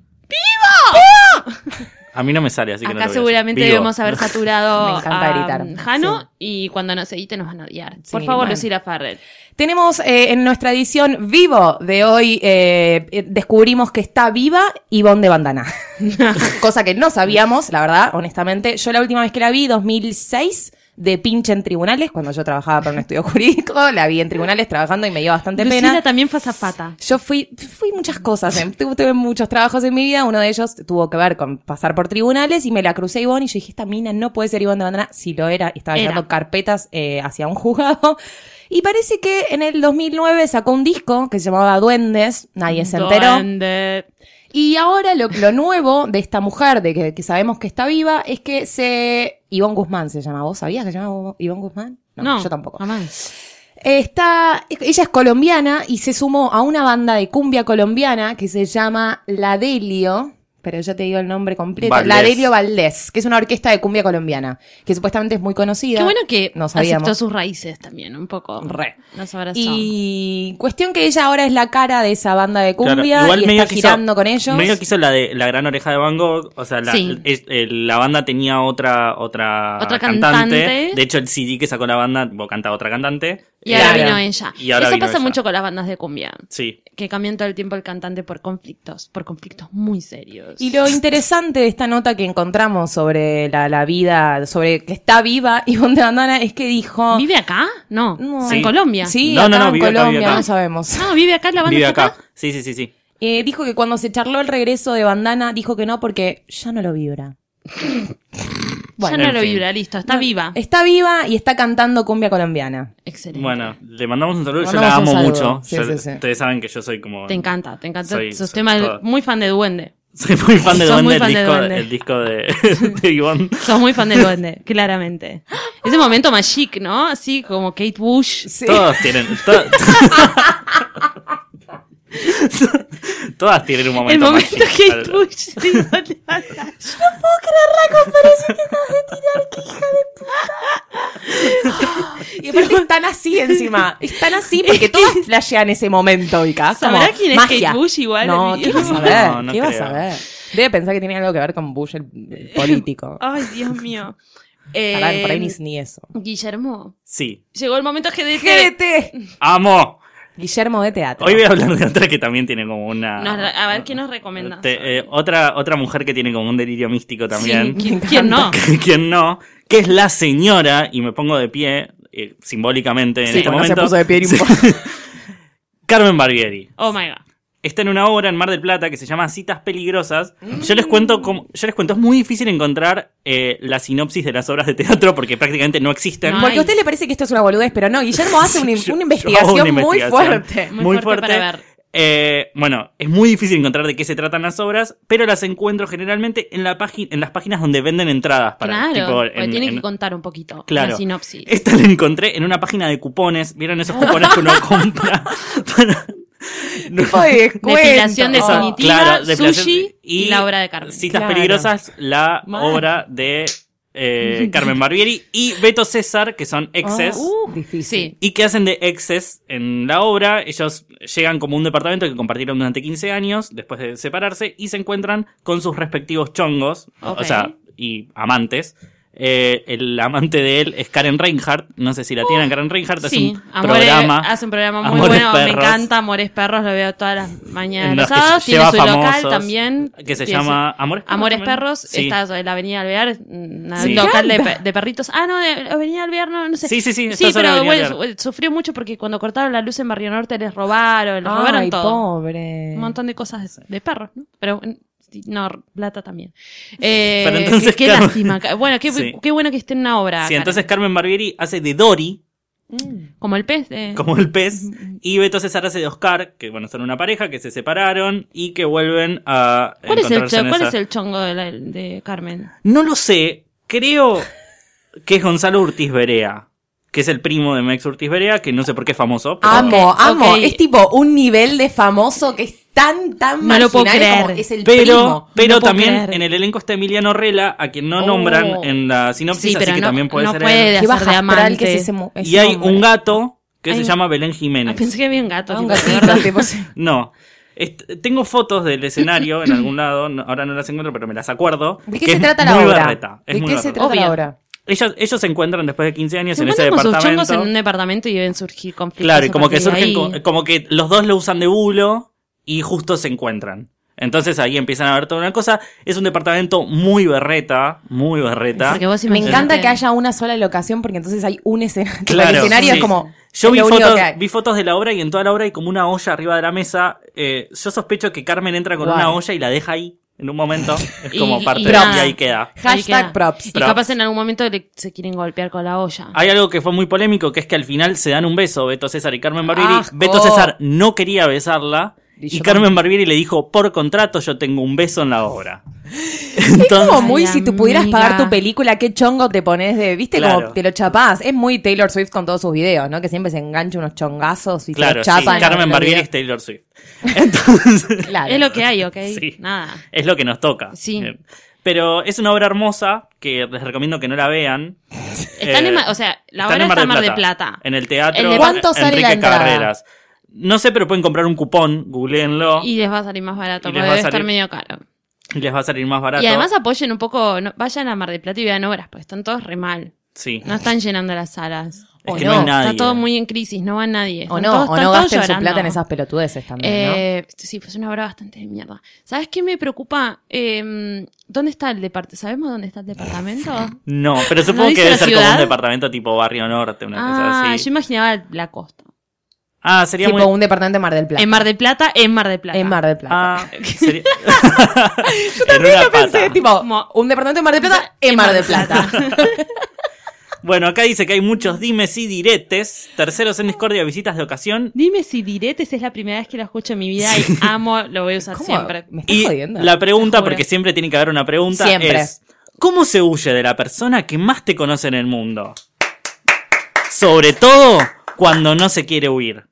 Speaker 5: A mí no me sale, así que no
Speaker 3: Acá
Speaker 5: lo voy a hacer.
Speaker 3: seguramente
Speaker 5: Vivo.
Speaker 3: debemos haber
Speaker 5: (laughs)
Speaker 3: saturado
Speaker 4: (laughs) Me encanta
Speaker 3: a
Speaker 4: gritar.
Speaker 3: Jano
Speaker 4: Sí.
Speaker 3: y cuando nos edite nos van a odiar. Por
Speaker 4: Sí,
Speaker 3: favor,
Speaker 4: bueno.
Speaker 3: Lucila Farrell.
Speaker 4: Tenemos eh, en nuestra edición vivo de hoy, eh, eh, descubrimos que está viva Ivonne de Bandana. (laughs) Cosa que no sabíamos, la verdad, honestamente. Yo la última vez que la vi, 2006, de pinche en tribunales, cuando yo trabajaba para un estudio (laughs) jurídico, la vi en tribunales trabajando y me dio bastante
Speaker 3: Lucila
Speaker 4: pena.
Speaker 3: también fue zapata.
Speaker 4: Yo fui, fui muchas cosas, em, tu- tuve muchos trabajos en mi vida, uno de ellos tuvo que ver con pasar por tribunales y me la crucé a Ivonne y yo dije, esta mina no puede ser Ivonne de Bandana, si lo era, estaba
Speaker 3: Era.
Speaker 4: llevando carpetas eh, hacia un juzgado. Y parece que en el 2009 sacó un disco que se llamaba Duendes, nadie se enteró.
Speaker 3: Duende.
Speaker 4: Y ahora lo, lo nuevo de esta mujer, de que, que sabemos que está viva, es que se... Ivonne Guzmán se llama, ¿vos sabías que se llamaba Ivonne Guzmán?
Speaker 3: No,
Speaker 4: yo tampoco.
Speaker 3: jamás.
Speaker 4: Está, ella es colombiana y se sumó a una banda de cumbia colombiana que se llama La Delio, pero yo te digo el nombre completo,
Speaker 5: Valdés.
Speaker 4: La Delio Valdés, que es una orquesta de cumbia colombiana, que supuestamente es muy conocida.
Speaker 3: Qué bueno que
Speaker 4: no sabíamos.
Speaker 3: aceptó sus raíces también, un poco.
Speaker 4: Re.
Speaker 3: Nos abrazó.
Speaker 4: Y cuestión que ella ahora es la cara de esa banda de
Speaker 5: Claro,
Speaker 4: cumbia y
Speaker 5: medio
Speaker 4: está
Speaker 5: que hizo-
Speaker 4: girando con ellos.
Speaker 5: Medio que hizo la de la gran oreja de Van Gogh. O sea, la,
Speaker 3: Sí.
Speaker 5: es- eh, la banda tenía otra, otra,
Speaker 3: Otra cantante.
Speaker 5: De hecho, el CD que sacó la banda bueno, canta otra cantante.
Speaker 3: Y ahora
Speaker 4: Claro.
Speaker 3: vino ella.
Speaker 5: Y ahora
Speaker 3: Eso
Speaker 5: vino
Speaker 3: pasa
Speaker 5: ella.
Speaker 3: mucho con las bandas de cumbia.
Speaker 5: Sí.
Speaker 3: Que cambian todo el tiempo el cantante por conflictos, por conflictos muy serios.
Speaker 4: Y lo interesante de esta nota que encontramos sobre la, la vida, sobre que está viva (laughs) Ivonne de Bandana, es que dijo...
Speaker 3: ¿Vive acá? No.
Speaker 4: No.
Speaker 3: ¿En
Speaker 5: Sí.
Speaker 3: Colombia?
Speaker 4: Sí,
Speaker 5: No, no,
Speaker 4: acá
Speaker 5: no,
Speaker 4: en
Speaker 5: vive acá, vive
Speaker 4: Colombia,
Speaker 5: acá.
Speaker 4: no sabemos.
Speaker 3: No, vive acá la banda.
Speaker 5: Vive
Speaker 3: está
Speaker 5: acá. Sí, sí, sí, sí.
Speaker 4: Eh, dijo que cuando se charló el regreso de Bandana, dijo que no porque ya no lo vibra.
Speaker 3: ya no
Speaker 5: en
Speaker 3: lo
Speaker 5: fin.
Speaker 3: vibra, listo, está viva.
Speaker 4: Está viva y está cantando cumbia colombiana.
Speaker 3: Excelente.
Speaker 5: Bueno, le mandamos un saludo.
Speaker 4: Mandamos un
Speaker 5: yo la amo
Speaker 4: saludo.
Speaker 5: mucho.
Speaker 4: Sí,
Speaker 5: Yo-
Speaker 4: sí, sí.
Speaker 5: Ustedes saben que yo soy como.
Speaker 3: Te encanta, te encanta.
Speaker 5: Soy-
Speaker 3: Sos
Speaker 5: soy
Speaker 3: tema
Speaker 5: todo.
Speaker 3: muy fan de Duende.
Speaker 5: (laughs) Soy muy fan de
Speaker 3: Sos
Speaker 5: Duende,
Speaker 3: muy
Speaker 5: el,
Speaker 3: fan de
Speaker 5: disco,
Speaker 3: Duende.
Speaker 5: el disco
Speaker 3: (laughs)
Speaker 5: de, (laughs) de Ivonne.
Speaker 3: Sos muy fan de Duende, (laughs) claramente. Ese momento magic, ¿no? Así como Kate Bush.
Speaker 5: Todos tienen.
Speaker 3: (laughs)
Speaker 5: to- (laughs) Todas tienen un momento.
Speaker 3: El momento
Speaker 5: mágico.
Speaker 3: Kate
Speaker 5: (laughs)
Speaker 3: Bush. sí, no le pasa.
Speaker 4: No puedo creer la comparación que acabas de tirar, qué hija de aparte están así encima. (laughs) Están así
Speaker 3: (laughs)
Speaker 4: porque todos flashean ese momento, Vika. Es como
Speaker 3: ¿Sabrá quién es
Speaker 4: magia.
Speaker 3: Kate Bush igual?
Speaker 4: No,
Speaker 3: El
Speaker 4: ¿qué vas a
Speaker 3: video.
Speaker 4: ver?
Speaker 5: No, no
Speaker 4: ¿Qué vas
Speaker 5: creo.
Speaker 4: a ver? Debe pensar que tiene algo que ver con Bush, el,
Speaker 3: (laughs)
Speaker 4: el político.
Speaker 3: Ay, Dios mío.
Speaker 4: Pará, por ahí ni,
Speaker 3: Eh,
Speaker 4: ni eso.
Speaker 3: Guillermo,
Speaker 5: Sí.
Speaker 3: llegó el momento GDT.
Speaker 4: GDT.
Speaker 5: ¡Amo!
Speaker 4: Guillermo de teatro.
Speaker 5: Hoy voy a hablar de otra que también tiene como una.
Speaker 3: Nos re- a ver, ¿qué nos recomendás?
Speaker 5: Te- eh, otra, otra mujer que tiene como un delirio místico también.
Speaker 3: Sí, ¿quién,
Speaker 4: Me
Speaker 3: quién
Speaker 5: (laughs)
Speaker 3: no?
Speaker 5: Quien no, que es la señora, y me pongo de pie eh, simbólicamente en
Speaker 4: Sí,
Speaker 5: este
Speaker 4: bueno, se
Speaker 5: momento.
Speaker 4: puso de pie y
Speaker 5: Sí. (laughs) Carmen Barbieri.
Speaker 3: Oh my god.
Speaker 5: (laughs) Está en una obra en Mar del Plata que se llama Citas Peligrosas. Yo les cuento, cómo- yo les cuento, es muy difícil encontrar eh, la sinopsis de las obras de teatro porque prácticamente no existen.
Speaker 3: No,
Speaker 4: Porque a usted le parece que esto es una boludez, pero no, Guillermo hace
Speaker 5: (laughs)
Speaker 4: una,
Speaker 5: Yo-
Speaker 4: una
Speaker 5: yo hago
Speaker 4: investigación
Speaker 5: una
Speaker 4: muy
Speaker 5: investigación
Speaker 4: fuerte.
Speaker 3: Muy fuerte para ver.
Speaker 5: Eh, bueno, es muy difícil encontrar de qué se tratan las obras, pero las encuentro generalmente en, la págin- en las páginas donde venden entradas para
Speaker 3: claro,
Speaker 5: tipo,
Speaker 3: porque
Speaker 5: en-
Speaker 3: tienen
Speaker 5: en-
Speaker 3: que contar un poquito
Speaker 5: Claro.
Speaker 3: la sinopsis.
Speaker 5: (laughs) Esta la encontré en una página de cupones. ¿Vieron
Speaker 3: (laughs)
Speaker 5: esos cupones que uno compra? Para-
Speaker 4: Tipo de descuento.
Speaker 3: (laughs) Depilación
Speaker 5: Esa-
Speaker 3: definitiva.
Speaker 5: depilación-
Speaker 3: sushi y la obra de Carmen.
Speaker 5: Citas
Speaker 4: Claro.
Speaker 5: peligrosas, la
Speaker 4: Mal.
Speaker 5: obra de
Speaker 3: (laughs)
Speaker 5: eh, Carmen Barbieri y Beto César, que son exes.
Speaker 4: Oh, uh, difícil.
Speaker 3: Sí.
Speaker 5: Y que hacen de exes en la obra. Ellos llegan como un departamento que compartieron durante 15 años, después de separarse, y se encuentran con sus respectivos chongos, o- o
Speaker 3: Ok.
Speaker 5: sea, y amantes. Eh, el amante de él es Karen Reinhardt. No sé si la tienen, Karen Reinhardt.
Speaker 3: Oh. Sí,
Speaker 5: es un
Speaker 3: Amores-
Speaker 5: programa.
Speaker 3: hace un programa muy
Speaker 5: Amores
Speaker 3: bueno, me
Speaker 5: Perros,
Speaker 3: encanta Amores Perros, lo veo todas las mañanas
Speaker 5: en
Speaker 3: de
Speaker 5: los
Speaker 3: los
Speaker 5: que
Speaker 3: sábados, tiene
Speaker 5: lleva
Speaker 3: su local
Speaker 5: famosos,
Speaker 3: también.
Speaker 5: Que se
Speaker 3: tiene su-
Speaker 5: llama Amores Perros.
Speaker 3: Amores
Speaker 5: también.
Speaker 3: Perros,
Speaker 5: Sí.
Speaker 3: está en la Avenida Alvear, un
Speaker 5: Sí.
Speaker 3: local de,
Speaker 4: Encanta.
Speaker 3: pe- de perritos. Ah, no, de Avenida Alvear, no, no sé.
Speaker 5: Sí, sí, sí, está
Speaker 3: Sí,
Speaker 5: sobre la
Speaker 3: pero
Speaker 5: Avenida
Speaker 3: bueno, su- sufrió mucho porque cuando cortaron la luz en Barrio Norte les robaron, les robaron
Speaker 4: Ay,
Speaker 3: todo.
Speaker 4: pobre.
Speaker 3: Un montón de cosas de perros, ¿no? Pero bueno, sí, no, plata
Speaker 5: (laughs)
Speaker 3: también. Eh,
Speaker 5: Pero entonces,
Speaker 3: qué, qué
Speaker 5: claro.
Speaker 3: lástima. ca- Bueno, qué,
Speaker 5: Sí.
Speaker 3: qué bueno que esté en una obra.
Speaker 5: Sí,
Speaker 3: Karen.
Speaker 5: entonces Carmen Barbieri hace de Dory,
Speaker 4: Mm.
Speaker 3: Como el pez de...
Speaker 5: como el pez, y Beto César hace de Oscar, que bueno, son una pareja que se separaron y que vuelven a
Speaker 3: ¿Cuál, es el,
Speaker 5: encontrarse
Speaker 3: cho-
Speaker 5: en
Speaker 3: cuál
Speaker 5: esa-
Speaker 3: es el chongo de, la- de Carmen?
Speaker 5: No lo sé, creo que es Gonzalo Urtiz Berea, que es el primo de Max Urtiz Berea, que no sé por qué es famoso, pero
Speaker 4: Amo,
Speaker 3: Ok,
Speaker 4: amo.
Speaker 3: ok.
Speaker 4: Es tipo un nivel de famoso que es tan, tan
Speaker 3: No lo puedo
Speaker 4: marginal como
Speaker 3: creer.
Speaker 4: Es el
Speaker 5: pero,
Speaker 4: primo.
Speaker 5: pero
Speaker 3: no puedo
Speaker 5: también
Speaker 3: creer.
Speaker 5: en el elenco está Emiliano Rela, a quien no
Speaker 4: Oh.
Speaker 5: nombran en la sinopsis,
Speaker 3: Sí,
Speaker 5: así
Speaker 3: pero
Speaker 5: que
Speaker 3: no,
Speaker 5: también puede
Speaker 3: no
Speaker 5: ser
Speaker 3: puede
Speaker 5: él.
Speaker 3: hacer de amante.
Speaker 4: que es ese, mu- ese
Speaker 5: Y hay
Speaker 4: hombre.
Speaker 5: un gato que
Speaker 3: Ay.
Speaker 5: se llama Belén
Speaker 3: Ah,
Speaker 5: Jiménez.
Speaker 3: pensé que había un gato.
Speaker 4: Ah, (laughs) un
Speaker 3: tipo,
Speaker 4: gatito, tipo,
Speaker 5: (laughs)
Speaker 4: sí.
Speaker 5: No. Est- tengo fotos del escenario en algún lado, no- ahora no las encuentro, pero me las acuerdo.
Speaker 4: ¿De qué
Speaker 5: que
Speaker 4: se
Speaker 5: es
Speaker 4: trata
Speaker 5: muy
Speaker 4: la obra?
Speaker 5: berreta, es
Speaker 4: ¿De
Speaker 5: muy
Speaker 4: qué se
Speaker 5: berreta.
Speaker 4: trata
Speaker 3: Obvio.
Speaker 4: la obra?
Speaker 5: Ellos, ellos se encuentran después de 15 años
Speaker 3: Se
Speaker 5: Pues en ese
Speaker 3: encuentran con sus chongos en un
Speaker 5: departamento.
Speaker 3: departamento y deben surgir conflictos.
Speaker 5: Claro, y
Speaker 3: a
Speaker 5: como que
Speaker 3: partir de
Speaker 5: surgen,
Speaker 3: ahí.
Speaker 5: co- como que los dos lo usan de bulo y justo se encuentran. Entonces ahí empiezan a ver toda una cosa. Es un departamento muy berreta, muy berreta.
Speaker 3: Porque vos
Speaker 4: Me
Speaker 3: imaginate-
Speaker 4: encanta que haya una sola locación porque entonces hay un escenario. (laughs) el escenario
Speaker 5: sí.
Speaker 4: es como.
Speaker 5: Yo
Speaker 4: es
Speaker 5: vi
Speaker 4: lo único
Speaker 5: fotos,
Speaker 4: que hay.
Speaker 5: vi fotos de la obra y en toda la obra hay como una olla arriba de la mesa. Eh, yo sospecho que Carmen entra con
Speaker 4: Guau.
Speaker 5: una olla y la deja ahí en
Speaker 4: (laughs)
Speaker 5: un momento. Es como
Speaker 3: Y- y
Speaker 5: parte de
Speaker 3: nada.
Speaker 5: y ahí queda.
Speaker 4: Hashtag
Speaker 3: queda.
Speaker 4: props.
Speaker 3: Y capaz en algún momento le- se quieren golpear con la olla.
Speaker 5: Hay algo que fue muy polémico, que es que al final se dan un beso Beto César y Carmen Barbieri.
Speaker 4: Asco.
Speaker 5: Beto César no quería besarla
Speaker 4: Y
Speaker 5: y,
Speaker 4: yo
Speaker 5: Carmen
Speaker 4: también.
Speaker 5: Barbieri le dijo, por contrato yo tengo un beso en la obra.
Speaker 4: (laughs) Es como
Speaker 5: Entonces,
Speaker 4: muy,
Speaker 3: Ay,
Speaker 4: si tú pudieras
Speaker 3: amiga.
Speaker 4: pagar tu película, qué chongo te pones de, viste,
Speaker 5: Claro.
Speaker 4: como te lo chapás. Es muy Taylor Swift con todos sus videos, ¿no? Que siempre se engancha unos chongazos y
Speaker 5: claro,
Speaker 4: se chapan.
Speaker 5: sí,
Speaker 4: los
Speaker 5: Carmen Barbieri
Speaker 4: videos.
Speaker 5: es Taylor Swift.
Speaker 3: (laughs)
Speaker 5: Entonces,
Speaker 4: Claro.
Speaker 3: Es lo que hay, ¿ok?
Speaker 5: Sí.
Speaker 3: Nada.
Speaker 5: es lo que nos toca.
Speaker 3: Sí.
Speaker 5: Eh, Pero es una obra hermosa que les recomiendo que no la vean.
Speaker 3: Están
Speaker 5: Eh,
Speaker 3: en Ma- o sea, la
Speaker 5: Están
Speaker 3: obra
Speaker 5: en
Speaker 3: está en Mar del Plata.
Speaker 5: En el teatro.
Speaker 3: El de-
Speaker 4: ¿Cuánto sale
Speaker 5: Enrique
Speaker 4: la entrada?
Speaker 5: Carreras. No sé, pero pueden comprar un cupón, googleenlo, y,
Speaker 3: Y les va a salir más barato,
Speaker 5: Y les
Speaker 3: porque
Speaker 5: va a
Speaker 3: debe estar
Speaker 5: salir
Speaker 3: medio caro.
Speaker 5: les va a salir más barato.
Speaker 3: Y además apoyen un poco, no- vayan a Mar del Plata y vean obras, porque están todos re mal.
Speaker 5: sí.
Speaker 3: No están llenando las salas.
Speaker 5: Es
Speaker 4: O
Speaker 5: que
Speaker 4: no,
Speaker 5: no, hay
Speaker 4: está
Speaker 5: nadie.
Speaker 3: Está todo muy en crisis, no va nadie.
Speaker 4: O
Speaker 3: Están
Speaker 4: no,
Speaker 3: todos-
Speaker 4: o
Speaker 3: están
Speaker 4: no
Speaker 3: todos
Speaker 4: gasten su
Speaker 3: llorando.
Speaker 4: plata en esas pelotudeces también,
Speaker 3: Eh, Sí, pues una obra bastante de mierda. ¿Sabes qué me preocupa? Eh, ¿Dónde está el departamento? ¿Sabemos dónde está el departamento?
Speaker 5: No, pero supongo que
Speaker 3: dice
Speaker 5: debe
Speaker 3: la
Speaker 5: ser como
Speaker 3: ciudad?
Speaker 5: un departamento tipo barrio norte, una cosa
Speaker 3: ah,
Speaker 5: así.
Speaker 3: yo imaginaba la costa.
Speaker 5: Ah,
Speaker 4: ¿no?
Speaker 5: sería
Speaker 4: Tipo
Speaker 5: muy.
Speaker 4: un departamento en Mar del Plata.
Speaker 3: En Mar del Plata, en Mar del Plata.
Speaker 4: En Mar del Plata.
Speaker 5: Ah,
Speaker 3: (laughs)
Speaker 5: sería... yo también (laughs)
Speaker 4: Yo pensé, tipo,
Speaker 3: Como-
Speaker 4: un departamento en Mar del Plata, en Mar del Plata.
Speaker 3: (laughs)
Speaker 5: Bueno, acá dice que hay muchos dimes y diretes, terceros en discordia, visitas de ocasión.
Speaker 3: Dime si diretes es la primera vez que lo escucho en mi vida y amo, lo voy a usar
Speaker 4: ¿Cómo?
Speaker 3: siempre.
Speaker 4: Me estás
Speaker 5: Y
Speaker 4: jodiendo.
Speaker 5: la pregunta,
Speaker 3: Te juro.
Speaker 5: porque siempre tiene que haber una pregunta,
Speaker 4: Siempre.
Speaker 5: es: ¿Cómo se huye de la persona que más te conoce en el mundo? Sobre todo cuando no se quiere huir.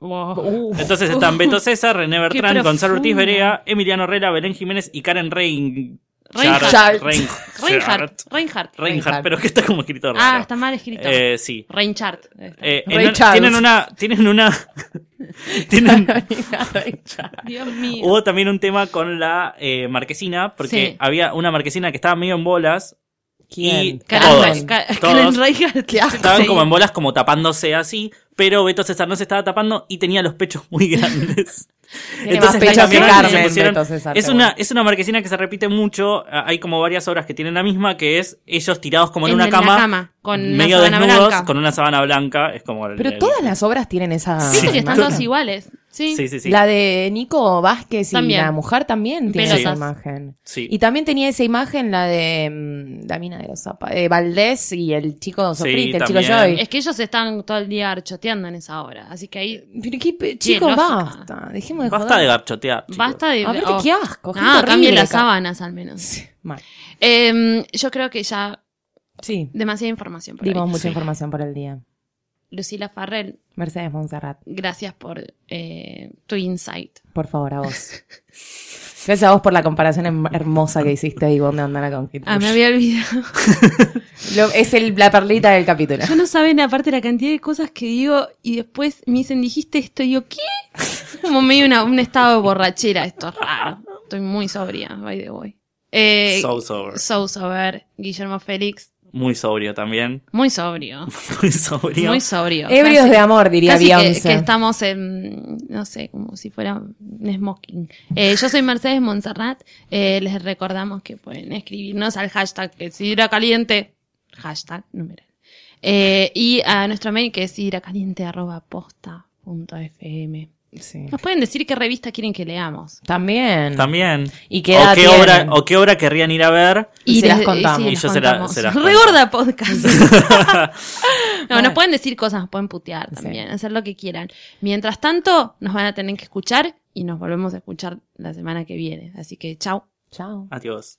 Speaker 3: Wow.
Speaker 5: Entonces están Beto César, René Bertrán,
Speaker 3: profundo.
Speaker 5: Gonzalo Ortiz Berea, Emiliano Herrera, Belén Jiménez y Karen Rein.
Speaker 3: Reinhardt.
Speaker 4: Chart.
Speaker 5: Reinhardt.
Speaker 3: (laughs) Reinhardt. Reinhardt.
Speaker 5: Reinhardt, pero que está como escrito raro.
Speaker 3: Ah, está mal escrito.
Speaker 5: Eh, sí.
Speaker 3: Reinhardt. Ahí está.
Speaker 5: Eh,
Speaker 4: Ray
Speaker 5: en-
Speaker 4: Charles.
Speaker 5: tienen una. Tienen una. (laughs)
Speaker 3: (laughs)
Speaker 5: tienen,
Speaker 3: Dios mío.
Speaker 5: hubo también un tema con la eh, marquesina, porque
Speaker 3: Sí.
Speaker 5: había una marquesina que estaba medio en bolas.
Speaker 4: ¿Quién?
Speaker 5: Y
Speaker 3: Caramba,
Speaker 5: todos,
Speaker 3: Ca-
Speaker 5: todos.
Speaker 3: Karen Reinhardt.
Speaker 4: Qué asco.
Speaker 5: Estaban
Speaker 3: Sí.
Speaker 5: como en bolas, como tapándose así. Pero Beto César no se estaba tapando y tenía los pechos muy (laughs) grandes.
Speaker 4: Tiene más
Speaker 5: las
Speaker 4: pechos que
Speaker 5: amigas
Speaker 4: Carmen,
Speaker 5: se pusieron-
Speaker 4: Beto César,
Speaker 5: es,
Speaker 4: seguro.
Speaker 5: una, es una marquesina que se repite mucho. a- Hay como varias obras que tienen la misma, que es ellos tirados como en, una
Speaker 3: la
Speaker 5: cama,
Speaker 3: con una
Speaker 5: medio
Speaker 3: sábana
Speaker 5: desnudos,
Speaker 3: blanca.
Speaker 5: con una sábana blanca. Es como el-
Speaker 4: Pero
Speaker 5: el-
Speaker 4: todas las obras tienen esa.
Speaker 3: Viste que están
Speaker 4: imagen.
Speaker 3: todos iguales. Sí.
Speaker 5: Sí, sí, sí.
Speaker 4: La de Nico Vázquez y
Speaker 3: También.
Speaker 4: la mujer también tiene esa
Speaker 3: Pelotas.
Speaker 4: imagen.
Speaker 5: Sí.
Speaker 4: Y también tenía esa imagen la de mm, la mina de los zapatos, de Valdés y el chico
Speaker 5: Sí,
Speaker 4: Sofrita, el chico
Speaker 5: también.
Speaker 4: Joy.
Speaker 3: Es que ellos están todo el día archoteando en esa obra. Así que ahí
Speaker 4: Pero qué pe-
Speaker 3: no
Speaker 4: chicos,
Speaker 3: saca.
Speaker 4: basta. Dejemos de
Speaker 5: Basta de
Speaker 4: joder.
Speaker 5: garchotear. chicos.
Speaker 3: basta de.
Speaker 4: Ah, Aparte, qué asco, gente
Speaker 3: Ah,
Speaker 4: horrible,
Speaker 3: cambien las
Speaker 4: ca-
Speaker 3: sábanas al menos.
Speaker 4: Mal.
Speaker 3: Em, yo creo que ya
Speaker 4: Sí,
Speaker 3: demasiada información. por ahí.
Speaker 4: dimos mucha información por el día.
Speaker 3: Lucila Farrell,
Speaker 4: Mercedes Montserrat,
Speaker 3: gracias por eh, tu insight.
Speaker 4: por favor, a vos. Gracias a vos por la comparación em- hermosa que hiciste, Ivonne de Andana con Kate
Speaker 3: Ah, me
Speaker 4: Bush.
Speaker 3: había olvidado.
Speaker 4: Lo- Es el, la perlita del capítulo.
Speaker 3: Yo no saben, aparte, la cantidad de cosas que digo y después me dicen, dijiste esto. Y yo, ¿qué? (laughs) Como medio una- un estado de borrachera. Esto es raro. Estoy muy sobria, by the way. Eh,
Speaker 5: So sober.
Speaker 3: so sober, Guillermo Félix.
Speaker 5: Muy sobrio también. (laughs)
Speaker 3: Muy sobrio.
Speaker 5: Muy sobrio.
Speaker 3: Muy sobrio.
Speaker 4: Ebrios
Speaker 3: Casi-
Speaker 4: de amor, diría
Speaker 3: Casi que,
Speaker 4: Beyoncé.
Speaker 3: que estamos en, no sé, como si fuera un smoking. Eh, yo soy Mercedes Monserrat. Eh, les recordamos que pueden escribirnos al hashtag que es sidra caliente, hashtag numeral. Eh, y a nuestro mail que es sidracaliente.posta.fm.
Speaker 4: Sí.
Speaker 3: Nos pueden decir qué revista quieren que leamos.
Speaker 4: También.
Speaker 5: También.
Speaker 4: ¿Y qué
Speaker 5: o,
Speaker 4: edad
Speaker 5: qué
Speaker 4: tienen?
Speaker 5: obra, o qué obra querrían ir a ver.
Speaker 4: Y se las
Speaker 3: les-
Speaker 4: contamos.
Speaker 3: sí,
Speaker 5: Y
Speaker 3: las
Speaker 5: yo se la-
Speaker 3: contamos.
Speaker 5: se
Speaker 3: (laughs)
Speaker 5: las cuento.
Speaker 3: Regorda podcast. (laughs) no,
Speaker 4: Bueno.
Speaker 3: nos pueden decir cosas, nos pueden putear también, hacer lo que quieran. Mientras tanto, nos van a tener que escuchar y nos volvemos a escuchar la semana que viene. Así que chao.
Speaker 4: Chao.
Speaker 5: Adiós.